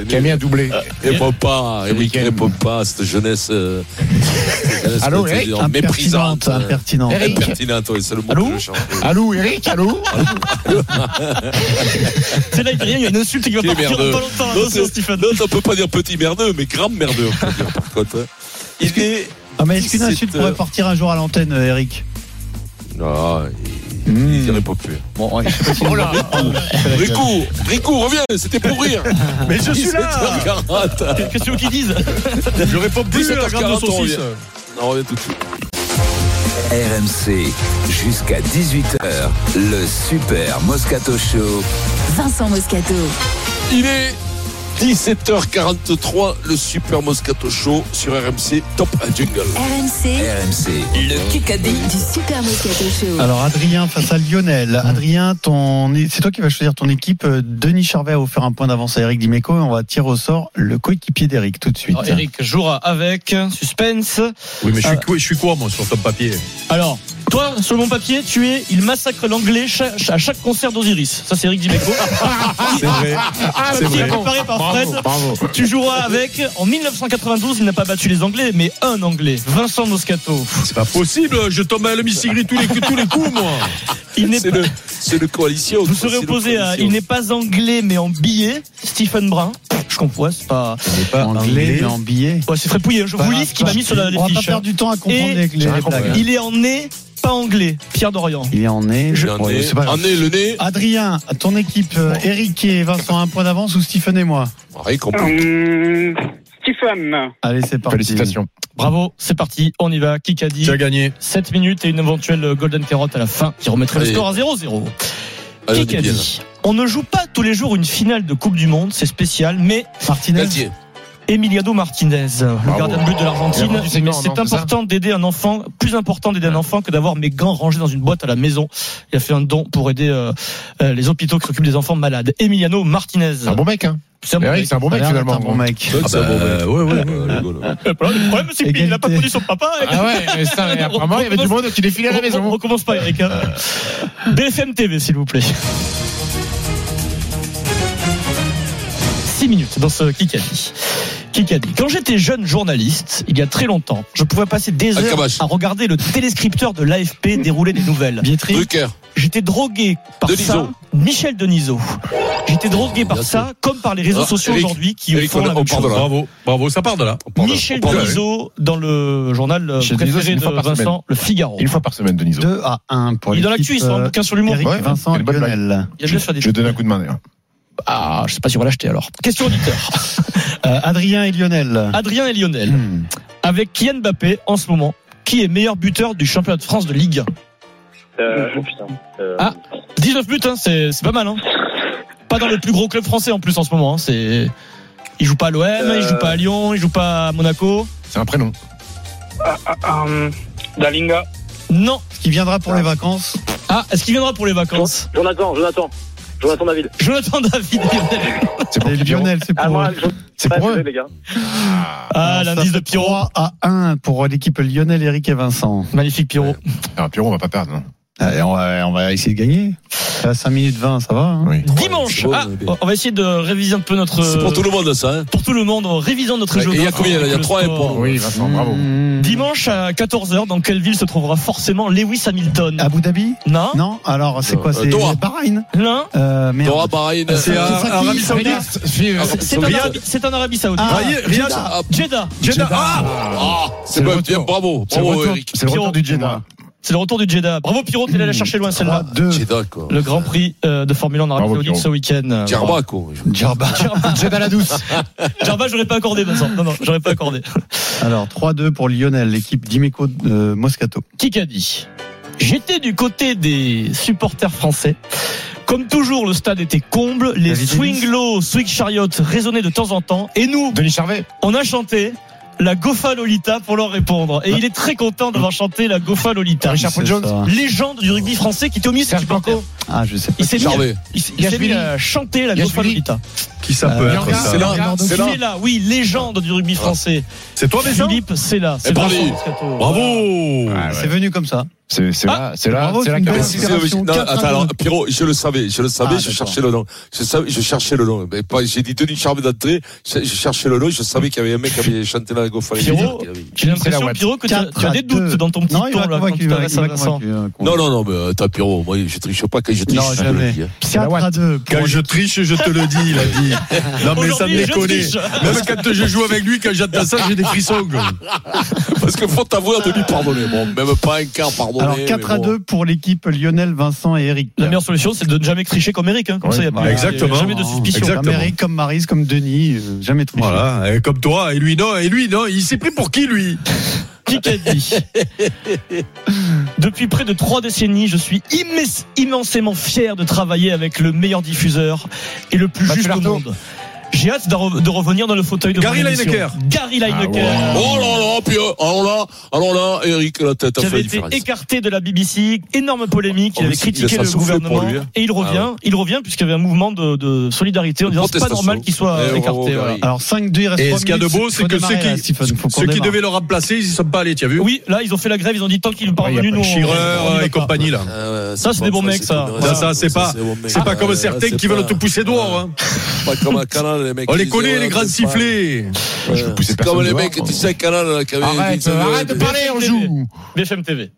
L: Qui a mis un doublé.
D: Euh, Réponds pas, Eric, réponds pas à cette jeunesse. euh, cette jeunesse,
L: Allô,
D: comme tu
L: Eric
D: dis,
L: Impertinente,
D: méprisante. euh,
L: impertinente. Eric
D: Impertinente, oui, c'est le mot que je cherche.
L: Allô, Eric, allô
F: C'est là, il y a une insulte qui va
D: Qui est
F: partir
D: merdeux.
F: dans pas longtemps.
D: Non,
F: Attention,
D: c'est-
F: Stephen.
D: non, on peut pas dire petit merdeux, mais grand merdeux, on peut dire, par contre. hein. Il est.
H: Ah, mais est-ce qu'une insulte
D: 17, euh,
H: pourrait partir un jour à l'antenne, euh, Eric
D: Non, Ah, il il dirait pas plus.
H: Bon,
D: Oh là Rico, Rico, reviens, c'était pour rire.
G: ben,
F: Mais je suis là.
D: 17h40.
F: Question qu'ils disent.
D: Je réponds
E: plus à la graine de saucisse.
D: On revient tout de suite.
N: RMC, jusqu'à 18h, le Super Moscato Show.
B: Vincent Moscato.
D: Il est 17h43, le Super Moscato Show sur RMC Top à Jungle.
B: RMC.
N: RMC. Le Kikadi.
B: Du Super Moscato Show.
H: Alors Adrien face à Lionel. Adrien, ton... c'est toi qui vas choisir ton équipe. Euh, Denis Charvet a offert un point d'avance à Eric Dimeco et on va tirer au sort le coéquipier d'Eric tout de suite.
F: Alors, Eric jouera avec suspense.
G: Oui, mais je suis,
F: Ah.
G: quoi- je suis quoi, moi, sur ton papier
F: Alors, toi, sur mon papier, tu es il massacre l'anglais cha- à chaque concert d'Osiris. Ça, c'est Eric Dimeco.
G: C'est vrai.
F: Ah,
G: C'est
F: qui est
G: vrai.
F: comparé par
G: Bravo,
F: Fred.
G: bravo.
F: Tu joueras avec. En 1992, il n'a pas battu les Anglais, mais un Anglais, Vincent Moscato.
G: C'est pas possible, je tombe à la missigri tous les, tous les coups, moi.
F: Il n'est
D: C'est
F: pas-
D: le, c'est le coalition.
F: Vous serez
D: C'est le
F: opposé à
D: coalition.
F: il n'est pas anglais mais en billet, Stephen Brun. Je comprends, ouais, c'est pas.
H: Il n'est pas anglais, mais en billet.
F: Ouais, c'est très pouillé. Je
H: Pas
F: vous lis ce qu'il m'a mis sur la, les
H: On va pas
F: fiches,
H: perdre
F: hein.
H: du temps à comprendre
F: Et
H: avec les- les blagues.
F: Il est en nez, pas anglais. Pierre Dorian.
H: Il est en nez.
D: Il est en
H: Ouais,
D: nez.
H: c'est pas grave.
D: En nez, le nez.
H: Adrien, à ton équipe, euh, Eric et Vincent, un point d'avance ou Stephen et moi
D: Eric, on peut-
P: Hum, Stephen.
H: Allez, c'est parti.
L: Félicitations.
F: Bravo, c'est parti, on y va. Kikadi.
G: Tu as gagné.
F: 7 minutes et une éventuelle Golden Carotte à la fin qui remettrait
D: Allez.
F: le score à 0-0.
D: Allez, on est bien, là.
F: Kikadi. On ne joue pas tous les jours une finale de Coupe du Monde, c'est spécial, mais.
H: Martinez.
D: Galtier.
F: Emiliano Martinez, le gardien de but de
Q: Il a
F: l'Argentine.
Q: rendu ses gants, non,
F: C'est
Q: c'est ça
F: important d'aider un enfant, plus important d'aider un enfant que d'avoir mes gants rangés dans une boîte à la maison. Il a fait un don pour aider euh, euh, les hôpitaux qui s'occupent des enfants malades. Emiliano Martinez.
L: C'est un bon mec, hein.
F: C'est un bon
L: Eric,
F: mec.
L: c'est un bon mec,
H: Ça a l'air d'être
L: finalement.
H: un bon mec.
G: Ah bah,
D: euh,
G: ouais, ouais, ouais, le goal.
F: Le problème, c'est qu'il n'a pas connu son papa.
Q: Ah ouais, mais ça, et apparemment, il y avait du monde qui défilait à la
F: On
Q: maison. Euh.
F: recommence pas, Eric. hein. BFM TV, s'il vous plaît. 6 minutes dans ce Kikadi. Kikadi. Quand j'étais jeune journaliste, il y a très longtemps, je pouvais passer des
D: Ah,
F: heures
D: Cabache.
F: à regarder le téléscripteur de
Q: Mm.
F: l'AFP dérouler des nouvelles.
D: Drucker.
F: J'étais drogué par
D: Denisot.
F: ça. Michel Denisot. J'étais drogué par ça, comme par les réseaux
G: Ah,
F: sociaux
G: Eric,
F: aujourd'hui qui
G: Eric,
F: font
G: on-
F: la
G: on
F: même
G: part
F: chose.
G: de là. Bravo, bravo, ça part de là.
F: Michel Denisot dans le journal euh,
L: Michel Denisot, c'est
F: préféré
L: une
F: de
L: fois par semaine.
F: Vincent, le Figaro.
L: Une fois par semaine, Deniso.
H: 2 à 1 pour
F: Il est dans
H: l'équipe,
F: l'actu, il sort hein, un
H: euh,
F: bouquin sur l'humour.
H: Eric,
L: Ouais,
H: Vincent,
L: une bonne blague.
H: Lionel.
F: Il y a déjà sur des
L: Je vais donner un coup de main, d'ailleurs.
F: Ah, je sais pas si on va l'acheter alors. Question auditeur.
H: Euh, Adrien et Lionel.
F: Adrien et Lionel,
H: Hmm.
F: avec Kylian Mbappé en ce moment, qui est meilleur buteur du championnat de France de Ligue 1
P: Euh, oh putain. Euh,
F: Ah. 19 buts, hein, c'est c'est pas mal. Hein. Pas dans le plus gros club français en plus en ce moment. Hein, c'est il joue pas à l'OM, il
L: Euh.
F: joue pas à Lyon, il joue pas à Monaco.
L: C'est un prénom.
P: ah, ah, ah, hum, Dalinga.
F: Non.
H: Ce qui viendra pour les vacances.
F: Ah, est-ce qu'il viendra pour les vacances
P: Jonathan, Jonathan. Jonathan David.
F: Jonathan David.
L: C'est pour
H: Et
L: qui, Pierrot
H: Lionel, c'est
P: Ah,
H: pour
P: moi,
H: eux.
P: je-
L: C'est
P: pas,
L: pour
P: désolé,
L: eux.
P: les gars.
F: Ah,
H: Ça
F: l'indice de
H: fait
F: Pierrot.
H: 3 à 1 pour l'équipe Lionel, Eric et Vincent.
F: Magnifique Pierrot.
G: Ah,
L: Alors, Pierrot, on va pas perdre, non
H: Allez, on, va, on va essayer de gagner. À 5 minutes 20, ça va. hein
L: Oui.
F: Dimanche. Ah, on va essayer de réviser un peu notre.
D: C'est pour tout le monde, ça. hein.
F: pour tout le monde en révisant notre
D: Ouais,
F: jeu.
D: et il y a combien, là Il y a trois réponses.
L: Oui, Vincent, bravo.
H: Mmh.
F: Dimanche à 14h, dans quelle ville se trouvera forcément Lewis
D: Ah.
F: Hamilton
H: Abu Dhabi
F: Non
H: Non Alors, c'est quoi
D: Euh,
H: C'est
D: Doha.
H: Bahreïn
F: Non
H: euh, merde.
D: Dora Bahreïn.
G: C'est à-
H: C'est ça qui-
D: Ah,
G: Arabie
H: Riyad.
G: Saoudite.
F: C'est- C'est en,
G: Riyad.
F: Arabie- c'est en Arabie Saoudite.
H: Ah,
G: Riyad. Riyad.
D: Ah,
F: Jeddah.
G: Jeddah. Ah,
D: ah, c'est
L: le
D: pas-
L: retour.
D: bien, bravo.
L: C'est le
D: Bravo,
L: retour-
D: Eric.
L: c'est le retour du Jeddah.
F: C'est le retour du Jeddah. Bravo Pierrot, t'es allé la chercher loin celle-là.
H: 3-2.
D: Jeddah, quoi.
F: Le Grand Prix euh, de Formule 1 en Arabie
L: Bravo,
F: Saoudite
L: Pierrot.
F: ce week-end.
D: Djerba, quoi.
H: Djerba.
Q: Jed à la douce.
F: Jarba, j'aurais pas accordé, Vincent. Non, non, j'aurais pas accordé.
H: Alors, 3-2 pour Lionel, l'équipe d'Imeco euh, Moscato.
F: Kikadi. J'étais du côté des supporters français. Comme toujours, le stade était comble, les
H: David
F: swing low, swing chariot résonnaient de temps en temps, et nous,
Q: Denis Charvet.
F: on a chanté la Gofa Lolita pour leur répondre. Et il est très content d'avoir chanté la Gofa Lolita.
Q: Ah. Richard Paul
H: C'est
Q: Jones.
H: ça.
F: Légende du rugby français qui était au milieu de ses
Q: Serge
F: supporters.
Q: Blanco.
H: Ah, je sais pas.
F: Il s'est mis,
D: Charvet.
F: il s'est- il s'est mis à chanter la Gofa
Q: Yashvili.
F: Lolita.
G: Qui ça peut
H: Euh,
G: être
Q: Yorga.
G: ça
D: C'est là, c'est là.
F: C'est là, oui, légende du
Q: Ah.
F: rugby français.
G: C'est toi, Vincent
F: Philippe, c'est là. C'est
D: bravo.
F: Vincent Moscato.
G: Bravo
H: C'est venu comme ça. Ah,
L: C'est c'est là, c'est là,
H: bravo,
L: c'est
H: c'est
L: là que
H: une
D: Mais
L: t'as-
H: belle-
D: si c'est-
H: Inspiration,
D: non,
H: quatre
D: attends,
H: à
D: alors,
H: deux.
D: Pierrot, je le savais, je le savais,
H: Ah,
D: je
H: d'accord.
D: cherchais le nom. Je, savais, je cherchais le nom. Mais pas, j'ai dit Denis Charvet d'entrée, je, je cherchais le nom, je savais qu'il y avait un mec qui avait chanté la Goffalé.
F: Pierrot, J'ai
Q: C'est la
F: l'impression,
Q: Watt.
F: Pierrot, que tu as, tu as
H: 4 à
F: des doutes
H: 2.
F: dans ton petit
H: Non, il
F: ton
H: m'a
F: là, quand
H: convaincu.
F: tu
H: il m'a- il
F: t'adresses à
H: m'a
F: Vincent.
H: convaincu, euh,
D: Non, non, non, mais attends, Pierrot, moi, je triche pas quand je triche.
H: Non,
D: je te le
H: jamais.
D: dis, hein.
H: 4 à 2 pour
G: Quand je triche, je te le dis, il a dit. Non, mais ça me
F: Aujourd'hui, je
G: déconne.
F: triche.
G: Même quand je joue avec lui, quand j'attends ça, j'ai des frissons. quoi.
D: Parce que faut t'avouer de lui pardonner. Bon, même pas un quart pardonné.
H: Alors 4
D: mais
H: à
D: bon.
H: 2 pour l'équipe Lionel, Vincent et Eric.
F: La meilleure solution, c'est de ne jamais tricher comme Eric. Hein. Comme
H: Ouais,
F: ça, il n'y a
H: bah,
F: pas-
G: exactement.
F: jamais de suspicion.
G: Exact.
H: Comme
G: Exactement.
H: Eric, comme Marise, comme Denis, euh, jamais trop.
G: Voilà, et comme toi, et lui non, et lui non, il s'est pris pour qui lui
F: Kikadi. Depuis près de trois décennies, je suis immense- immensément fier de travailler avec le meilleur diffuseur et le plus
Q: Mathieu
F: juste au
Q: Lartaud.
F: monde. J'ai hâte de, re- de revenir dans le fauteuil de
D: Gary
F: mon émission.
D: Lineker.
F: Gary Lineker.
G: Ah
D: Oh là là, puis euh, alors là, alors là, Eric, la tête a fait
F: qui avait
D: la
F: été
D: différence.
F: écarté de la BBC, énorme polémique,
D: Oh, mais
F: il avait
D: c'est- il
F: critiqué
D: a
F: le
D: soufflé pour
F: gouvernement
D: lui, hein.
F: et il revient,
D: Ah ouais.
F: il revient puisqu'il y avait un mouvement de, de solidarité en
D: De
F: disant c'est pas
D: protestation.
F: normal qu'il soit
D: Eh, bravo,
F: écarté. voilà.
D: Gary.
H: Alors 5, 2, il reste
G: Et
H: 3
G: ce qu'il y a de beau, c'est que ceux qui, ceux qui devaient le remplacer, ils y sont pas allés, tu as vu
F: Oui, là ils ont fait la grève, ils ont dit tant qu'ils ne sont pas revenus, nous on-
G: Schirrer
F: on y va
G: et
F: pas.
G: compagnie, là.
F: Ça c'est des
D: Ah,
F: bons mecs ça.
G: Ça, ça, c'est pas, c'est pas comme certains qui veulent te pousser dehors, hein.
D: Pas comme un canal, les mecs.
G: On
D: qui
G: les
D: disent,
G: connaît,
D: ouais,
G: les grands
D: c'est pas-
G: sifflets.
D: Ouais. C'est comme les mecs, tu sais, canal, là, qui avait
Q: Arrête,
D: dit que ça
Q: arrête de
D: avait-
Q: parler, on joue.
F: BFM TV.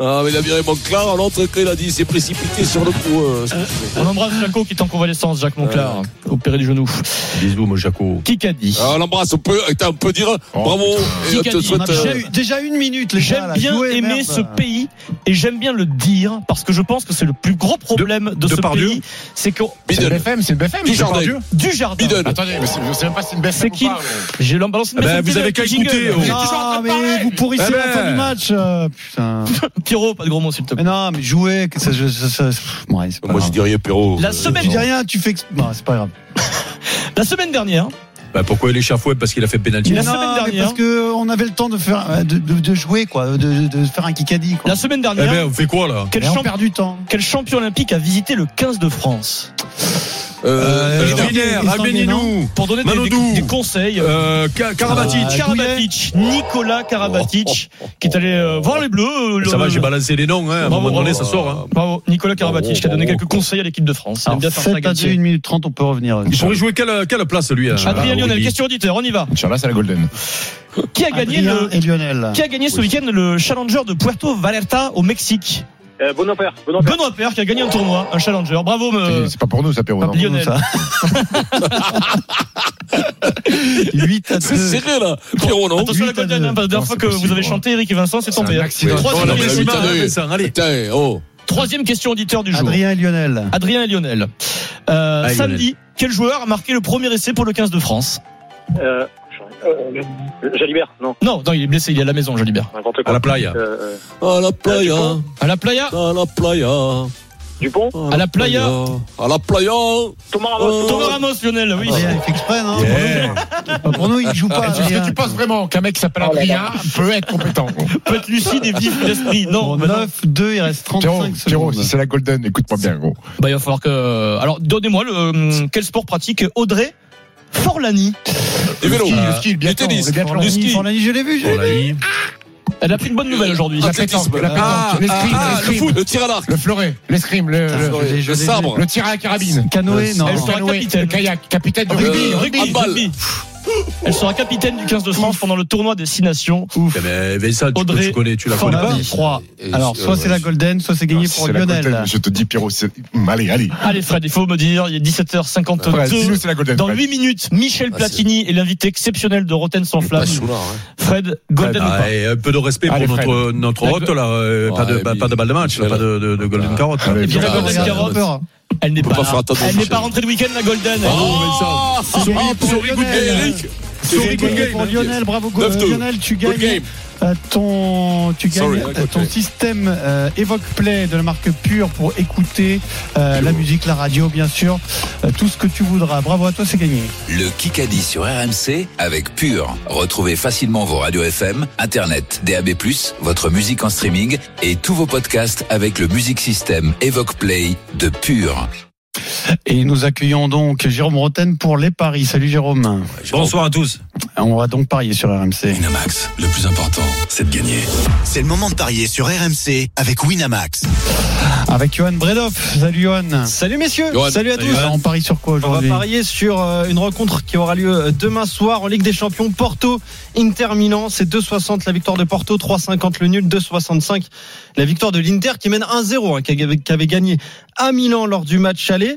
D: Ah, mais il a viré Monclar, l'autre, quand il a dit, il s'est précipité sur le coup. euh, excusez.
F: On embrasse Jaco qui est en convalescence, Jacques Monclar, opéré du genou.
G: Bisous, mon Jaco.
F: Qui qu'a dit
D: Ah, on l'embrasse, on peut, attends, on peut dire
Q: Oh,
D: bravo.
F: Qui
D: et on
F: qu'a
D: te
F: dit
D: souhaite,
F: On a déjà
D: euh,
F: eu-
H: Déjà une minute, les gars.
F: J'aime
H: là,
F: bien
H: jouez,
F: aimer
H: merde.
F: ce pays et j'aime bien le dire parce que je pense que c'est le plus gros problème de, ce
G: Depardieu
F: pays, c'est que
Q: C'est BFM, c'est BFM.
D: Du jardin.
F: du jardin.
Q: Attendez, mais c'est- je sais même pas si c'est une BFM.
F: C'est
Q: ou
F: qui
D: Ah,
Q: pas,
F: J'ai l'emballance.
G: Eh ben, vous avez qu'à écouter, oh.
H: Ah, mais vous pourrissez
G: Eh ben.
H: la fin du match. euh, Putain.
F: Pierrot, pas de gros mots s'il te plaît.
H: Mais non, mais jouez. que ça- je- ça- ça- ouais,
G: Ah.
H: c'est pas
D: Moi, je
H: grave.
D: dirais Perrault.
F: La
D: euh,
F: semaine
H: Tu dis rien, tu fais. ex- Non, c'est pas grave.
F: La semaine dernière,
G: Bah, pourquoi il est échafoué Parce qu'il a fait pénalty.
F: la
H: Non,
F: semaine
H: mais
F: dernière.
H: Parce qu'on avait le temps de faire, euh, de, de- de jouer, quoi, de, de faire un kikadi, quoi.
F: la semaine
G: Eh
F: dernière,
G: ben, on fait quoi, là
F: quel,
H: Mais on
F: champ-
H: perd du temps.
F: quel champion olympique a visité le 15 de France
D: euh,
G: Euh,
D: Vidal.
G: Riner,
H: Sanguinon.
G: Albeninou,
F: Pour donner des,
G: Manodou.
F: des- des conseils.
G: euh, Oh, Ka- Karabatic.
H: Ah,
F: Karabatic, Nicolas Karabatic, qui est allé euh, voir les Bleus. euh,
G: oh. Ça
F: le-
G: va, j'ai balancé les noms, hein. À un
F: Bravo,
G: moment donné,
F: bravo.
G: ça sort, hein. Oh,
F: Bravo, Nicolas Karabatic, qui a donné quelques conseils à l'équipe de France. Il aime
H: Alors,
F: bien faire ça,
H: faites à
F: Galtier.
H: 2, 1 minute 30, on peut revenir.
G: Il pourrait jouer quelle, quelle place, lui hein,
F: Adrien
G: au
F: Lionel,
G: rugby
F: question auditeur, on y va.
Q: Inch'Allah, c'est la Golden.
F: Qui a gagné,
H: Adrien
F: le,
H: et Lionel.
F: qui a gagné ce week-end le challenger de Puerto Vallarta au Mexique
P: Euh, bon père, bon père.
F: Benoît Père qui a gagné un tournoi, un challenger. Bravo, me-
Q: C'est pas pour nous, ça, Pérou. non
F: Lionel.
H: ça. 8 à
D: C'est
H: 2.
D: serré, là. Pierrot, non
F: Attention à la
H: Huit à
F: Golden,
H: deux.
F: hein, parce que la dernière
Q: Oh, Non,
F: fois
Q: c'est
F: que vous
Q: possible,
F: avez
Q: ouais.
F: chanté, Eric et Vincent, c'est tombé.
Q: un
F: hein.
Q: accident.
F: Troisième
D: Non, non, mais
F: question.
D: huit à deux.
G: Vincent, allez.
D: Putain, oh.
F: Troisième question auditeur du jour.
H: Adrien et Lionel.
F: Adrien et Lionel.
Q: Ah,
F: Euh,
G: Allez,
F: samedi, quel joueur a marqué le premier essai pour le 15 de France
P: Euh, euh, Jalibert, non,
F: Non, non, il est blessé, il est à la maison, je libère.
P: n'importe quoi.
G: À Ah, la playa.
P: Euh, euh,
D: À la playa,
F: À la playa
D: à la playa,
P: Dupont
G: Oh.
F: À la playa.
D: à la playa.
P: Thomas Ramos
D: Euh,
F: Thomas Ramos, Lionel, oui.
Q: Ah,
H: Adrien, il fait exprès, non
G: Yeah.
H: Pas Pour nous, il joue pas.
Q: Est-ce que
H: Adrien.
Q: tu penses vraiment qu'un mec qui s'appelle
P: Oh là
Q: Adrien peut être compétent
F: Peut être lucide et vif d'esprit. Non,
H: Bon,
F: bah non.
H: 9, 2, il reste
Q: Pierrot,
H: 35
Q: Pierrot, si
H: secondes.
Q: c'est la Golden, écoute-moi bien, gros.
F: Bah, il va falloir que. Alors, donnez-moi le. hum, Quel sport pratique Audrey Forlani
D: Du vélo.
Q: Le ski, le ski, le
D: Du
Q: biathlon,
D: tennis.
Q: le biathlon.
D: Du
H: Forlani,
D: ski.
H: Forlani, je l'ai vu, je l'ai
G: Pour
H: vu.
G: la vie.
F: Elle a plus de bonne nouvelle aujourd'hui.
Q: La pétanque, la
G: Ah,
Q: pétanque, l'escrime,
G: ah,
D: Ah, le
Q: l'escrime,
D: foot, le tir à l'arc.
Q: le fleuret, l'escrime, le,
H: Ah,
Q: le,
H: je l'ai- je
D: Le
H: l'ai vu.
D: sabre.
Q: le tir à la carabine,
H: Canoë, non.
F: Elle sera
Q: le canoë,
F: capitaine.
Q: le kayak, capitaine de
D: Euh,
Q: rugby, rugby.
F: Rugby,
D: handball.
F: rugby. Elle sera capitaine du 15 de France pendant le tournoi des Six Nations.
G: Eh ben, Vincent, tu,
F: Audrey
G: tu connais, tu la connais pas
H: Forlani, 3. Alors, soit c'est la Golden, soit c'est
Q: Ah,
H: gagné
Q: si
H: pour
Q: c'est la Golden,
H: Lionel.
Q: Je te dis, Pierrot, c'est. Hum, Allez, allez.
F: Allez Fred, il faut me dire, il est
Q: Ouais, dis-nous,
F: 17h52.
Q: c'est la Golden.
F: Dans
Q: Fred.
F: 8 minutes, Michel
D: Ah,
F: Platini est l'invité exceptionnel de Roten sans
D: Pas
F: flamme.
D: Soulard, hein.
F: Fred, Golden ou
G: Ah,
F: pas
G: et un peu de respect
Q: Allez,
G: pour
Q: Fred.
G: notre, notre
F: La
G: hôte, là. euh,
D: Ouais,
G: pas, de,
D: mais-
G: pas de balle de match, là, pas de, de- de golden
D: Ah.
G: carotte. là.
Q: Allez,
F: Et puis la
D: Ah,
F: Golden
D: regarde,
F: Carotte, elle n'est
D: peut
F: pas,
D: pas
F: là.
D: faire attention,
F: Elle n'est
D: Michel.
F: pas rentrée de week-end la Golden. Oh.
D: Ah,
G: Vincent.
D: Sorry,
G: Ah, pour
D: sorry, good
G: Lionel.
D: game, Eric.
H: C'est
D: Sorry, good
H: gagné
D: game,
H: pour
D: hein.
H: Lionel, bravo go-
D: 9-2.
H: Lionel, tu
D: Good
H: gagnes
D: game.
H: euh, ton, tu gagnes
D: Sorry,
H: euh,
D: good
H: ton
D: game.
H: système euh, Evoque Play de la marque Pure pour écouter euh, la musique, la radio, bien sûr, euh, tout ce que tu voudras. Bravo à toi, c'est gagné.
N: Le Kikadi sur RMC avec Pure. Retrouvez facilement vos radios FM, Internet, DAB+, votre musique en streaming et tous vos podcasts avec le Music System Evoque Play de Pure.
H: Et nous accueillons donc Jérôme Roten pour les paris. Salut Jérôme.
G: Bonsoir à tous.
H: On va donc parier sur RMC.
N: Winamax, le plus important, c'est de gagner.
R: C'est le moment de parier sur RMC avec Winamax.
H: Avec Johan Bredoff. Salut Johan.
S: Salut messieurs,
D: Johan.
S: salut à
G: Salut
S: tous.
G: Johan.
H: On parie sur quoi
S: On va
H: aujourd'hui
S: parier sur euh, une rencontre qui aura lieu euh, demain soir en Ligue des Champions. Porto, Inter Milan, c'est 2,60 la victoire de Porto, 3,50 le nul, 2,65 la victoire de l'Inter qui mène 1-0, hein, qui avait, qui avait gagné à Milan lors du match aller.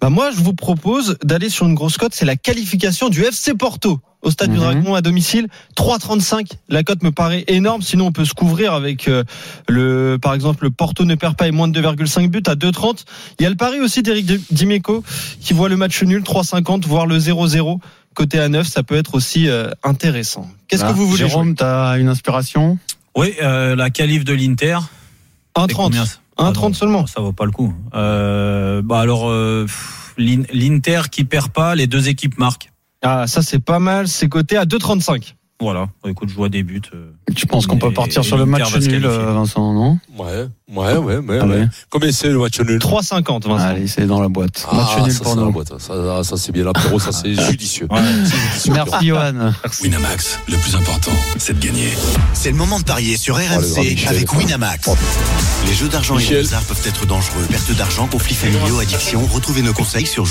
S: Bah moi, je vous propose d'aller sur une grosse cote, c'est la qualification du FC Porto au stade du
H: Mhm.
S: Dragon à domicile. 3,35, la cote me paraît énorme, sinon on peut se couvrir avec euh, le, par exemple, le Porto ne perd pas et moins de 2,5 buts à 2,30. Il y a le pari aussi d'Eric Dimeco qui voit le match nul 3,50, voire le 0-0 côté à 9, ça peut être aussi euh, intéressant. Qu'est-ce
T: Bah,
H: Ah,
S: que vous voulez jouer
H: Jérôme, t'as une inspiration
T: Oui, euh, la qualif de l'Inter. C'est combien,
S: 1,30.
T: ça Ah
S: 1,30
T: non,
S: seulement.
T: Ça vaut pas le coup. Euh, bah alors, euh, pff, l'In- l'Inter qui perd pas, les deux équipes marquent.
S: Ah, ça c'est pas mal, c'est coté à 2,35.
T: Voilà, écoute, je vois des buts. euh.
H: Tu penses qu'on peut partir sur le match nul, euh, Vincent, non
D: Ouais, ouais, ouais, ouais. ouais. Combien c'est le match nul
S: 3,50, Vincent.
H: Allez, c'est dans la boîte.
D: Ah,
H: match nul
D: ça,
H: pour
D: c'est la
H: nous.
D: boîte. Ça, ça, c'est bien l'apéro, ça c'est judicieux.
H: Merci, Johan.
R: Winamax, le plus important, c'est de gagner. C'est le moment de parier sur
D: le grand
R: RMC
D: Michel.
R: avec Winamax. Les jeux d'argent et de hasard peuvent être dangereux. Perte d'argent, conflits familiaux, addiction. Retrouvez nos conseils sur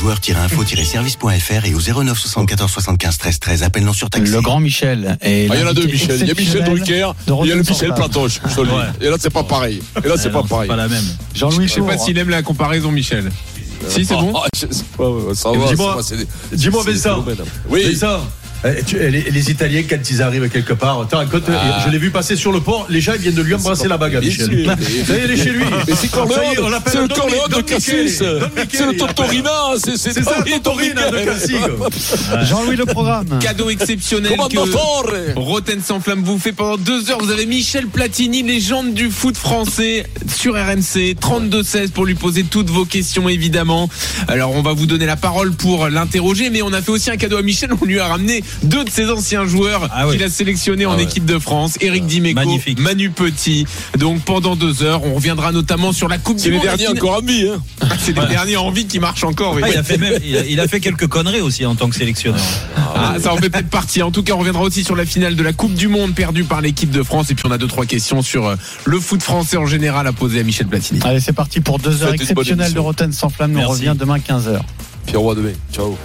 R: joueurs-info-service.fr et au 09 74 75 13 13. Appel non surtaxé.
H: Le grand Michel. Et
D: Ah, il y en a deux,
H: l'invité
D: Michel. Il y a Michel
H: exceptionnel de
D: Drucker, il y a le
H: Rotten
D: Michel
H: Sans
D: Platoche. je te le dis. Et là, c'est pas pareil. Et là, c'est pas pareil.
T: Pas la même.
H: Jean-Louis Oh.
D: Je sais pas
H: Tour.
D: s'il
Q: aime la comparaison, Michel.
D: Si, c'est bon Ça va,
G: Dis-moi-
D: ça va, c'est-
G: dis-moi,
D: c'est-
G: Vincent.
D: c'est le domaine. Oui,
G: Eh, tu- eh, les, les Italiens, quand ils arrivent quelque part, attends, quand, euh,
D: Ah.
G: je l'ai vu passer sur le port, les gens ils viennent de lui embrasser la bague à
D: Bien
G: Michel.
D: sûr.
G: Ça y est, il est chez lui.
D: Mais c'est Corleone.
G: Ah, Ça y est, on l'appelle
D: C'est le
G: Don
D: Corleone
G: Mi-
D: de
G: Don
D: Cassis.
G: Michele. Don Michele,
D: C'est le
G: il l'appelle.
D: Tortorina, c'est- c'est
G: C'est ça,
D: Don
G: le Tortorina de
D: Michele.
G: Cassis.
H: Jean-Louis le programme.
T: Cadeau exceptionnel
D: Comment
H: euh,
D: m'entendre
T: que Roten sans flamme vous fait pendant deux heures. Vous avez Michel Platini, légende du foot français sur RMC, 32-16 pour lui poser toutes vos questions évidemment. Alors on va vous donner la parole pour l'interroger, mais on a fait aussi un cadeau à Michel. On lui a ramené deux de ses anciens joueurs qu'il a sélectionnés en équipe de France, Eric Dimeco, Manu Petit. Donc pendant deux heures, on reviendra notamment sur la Coupe du
D: C'est les
T: Monde.
D: derniers encore en vie. hein.
T: C'est les derniers en vie qui marchent encore. oui.
U: Ah, il, a fait même, il, a, il a fait quelques conneries aussi en tant que sélectionneur.
T: Ah, ça en fait peut-être partie. En tout cas, on reviendra aussi sur la finale de la Coupe du Monde perdue par l'équipe de France. Et puis, on a deux, trois questions sur euh, le foot français en général à poser à Michel Platini.
H: Allez, c'est parti pour deux heures
D: Faites une bonne
H: exceptionnelles de
D: émission.
H: Rotten sans flamme. On
D: Merci.
H: revient demain 15h.
D: Pierrot à demain. Ciao.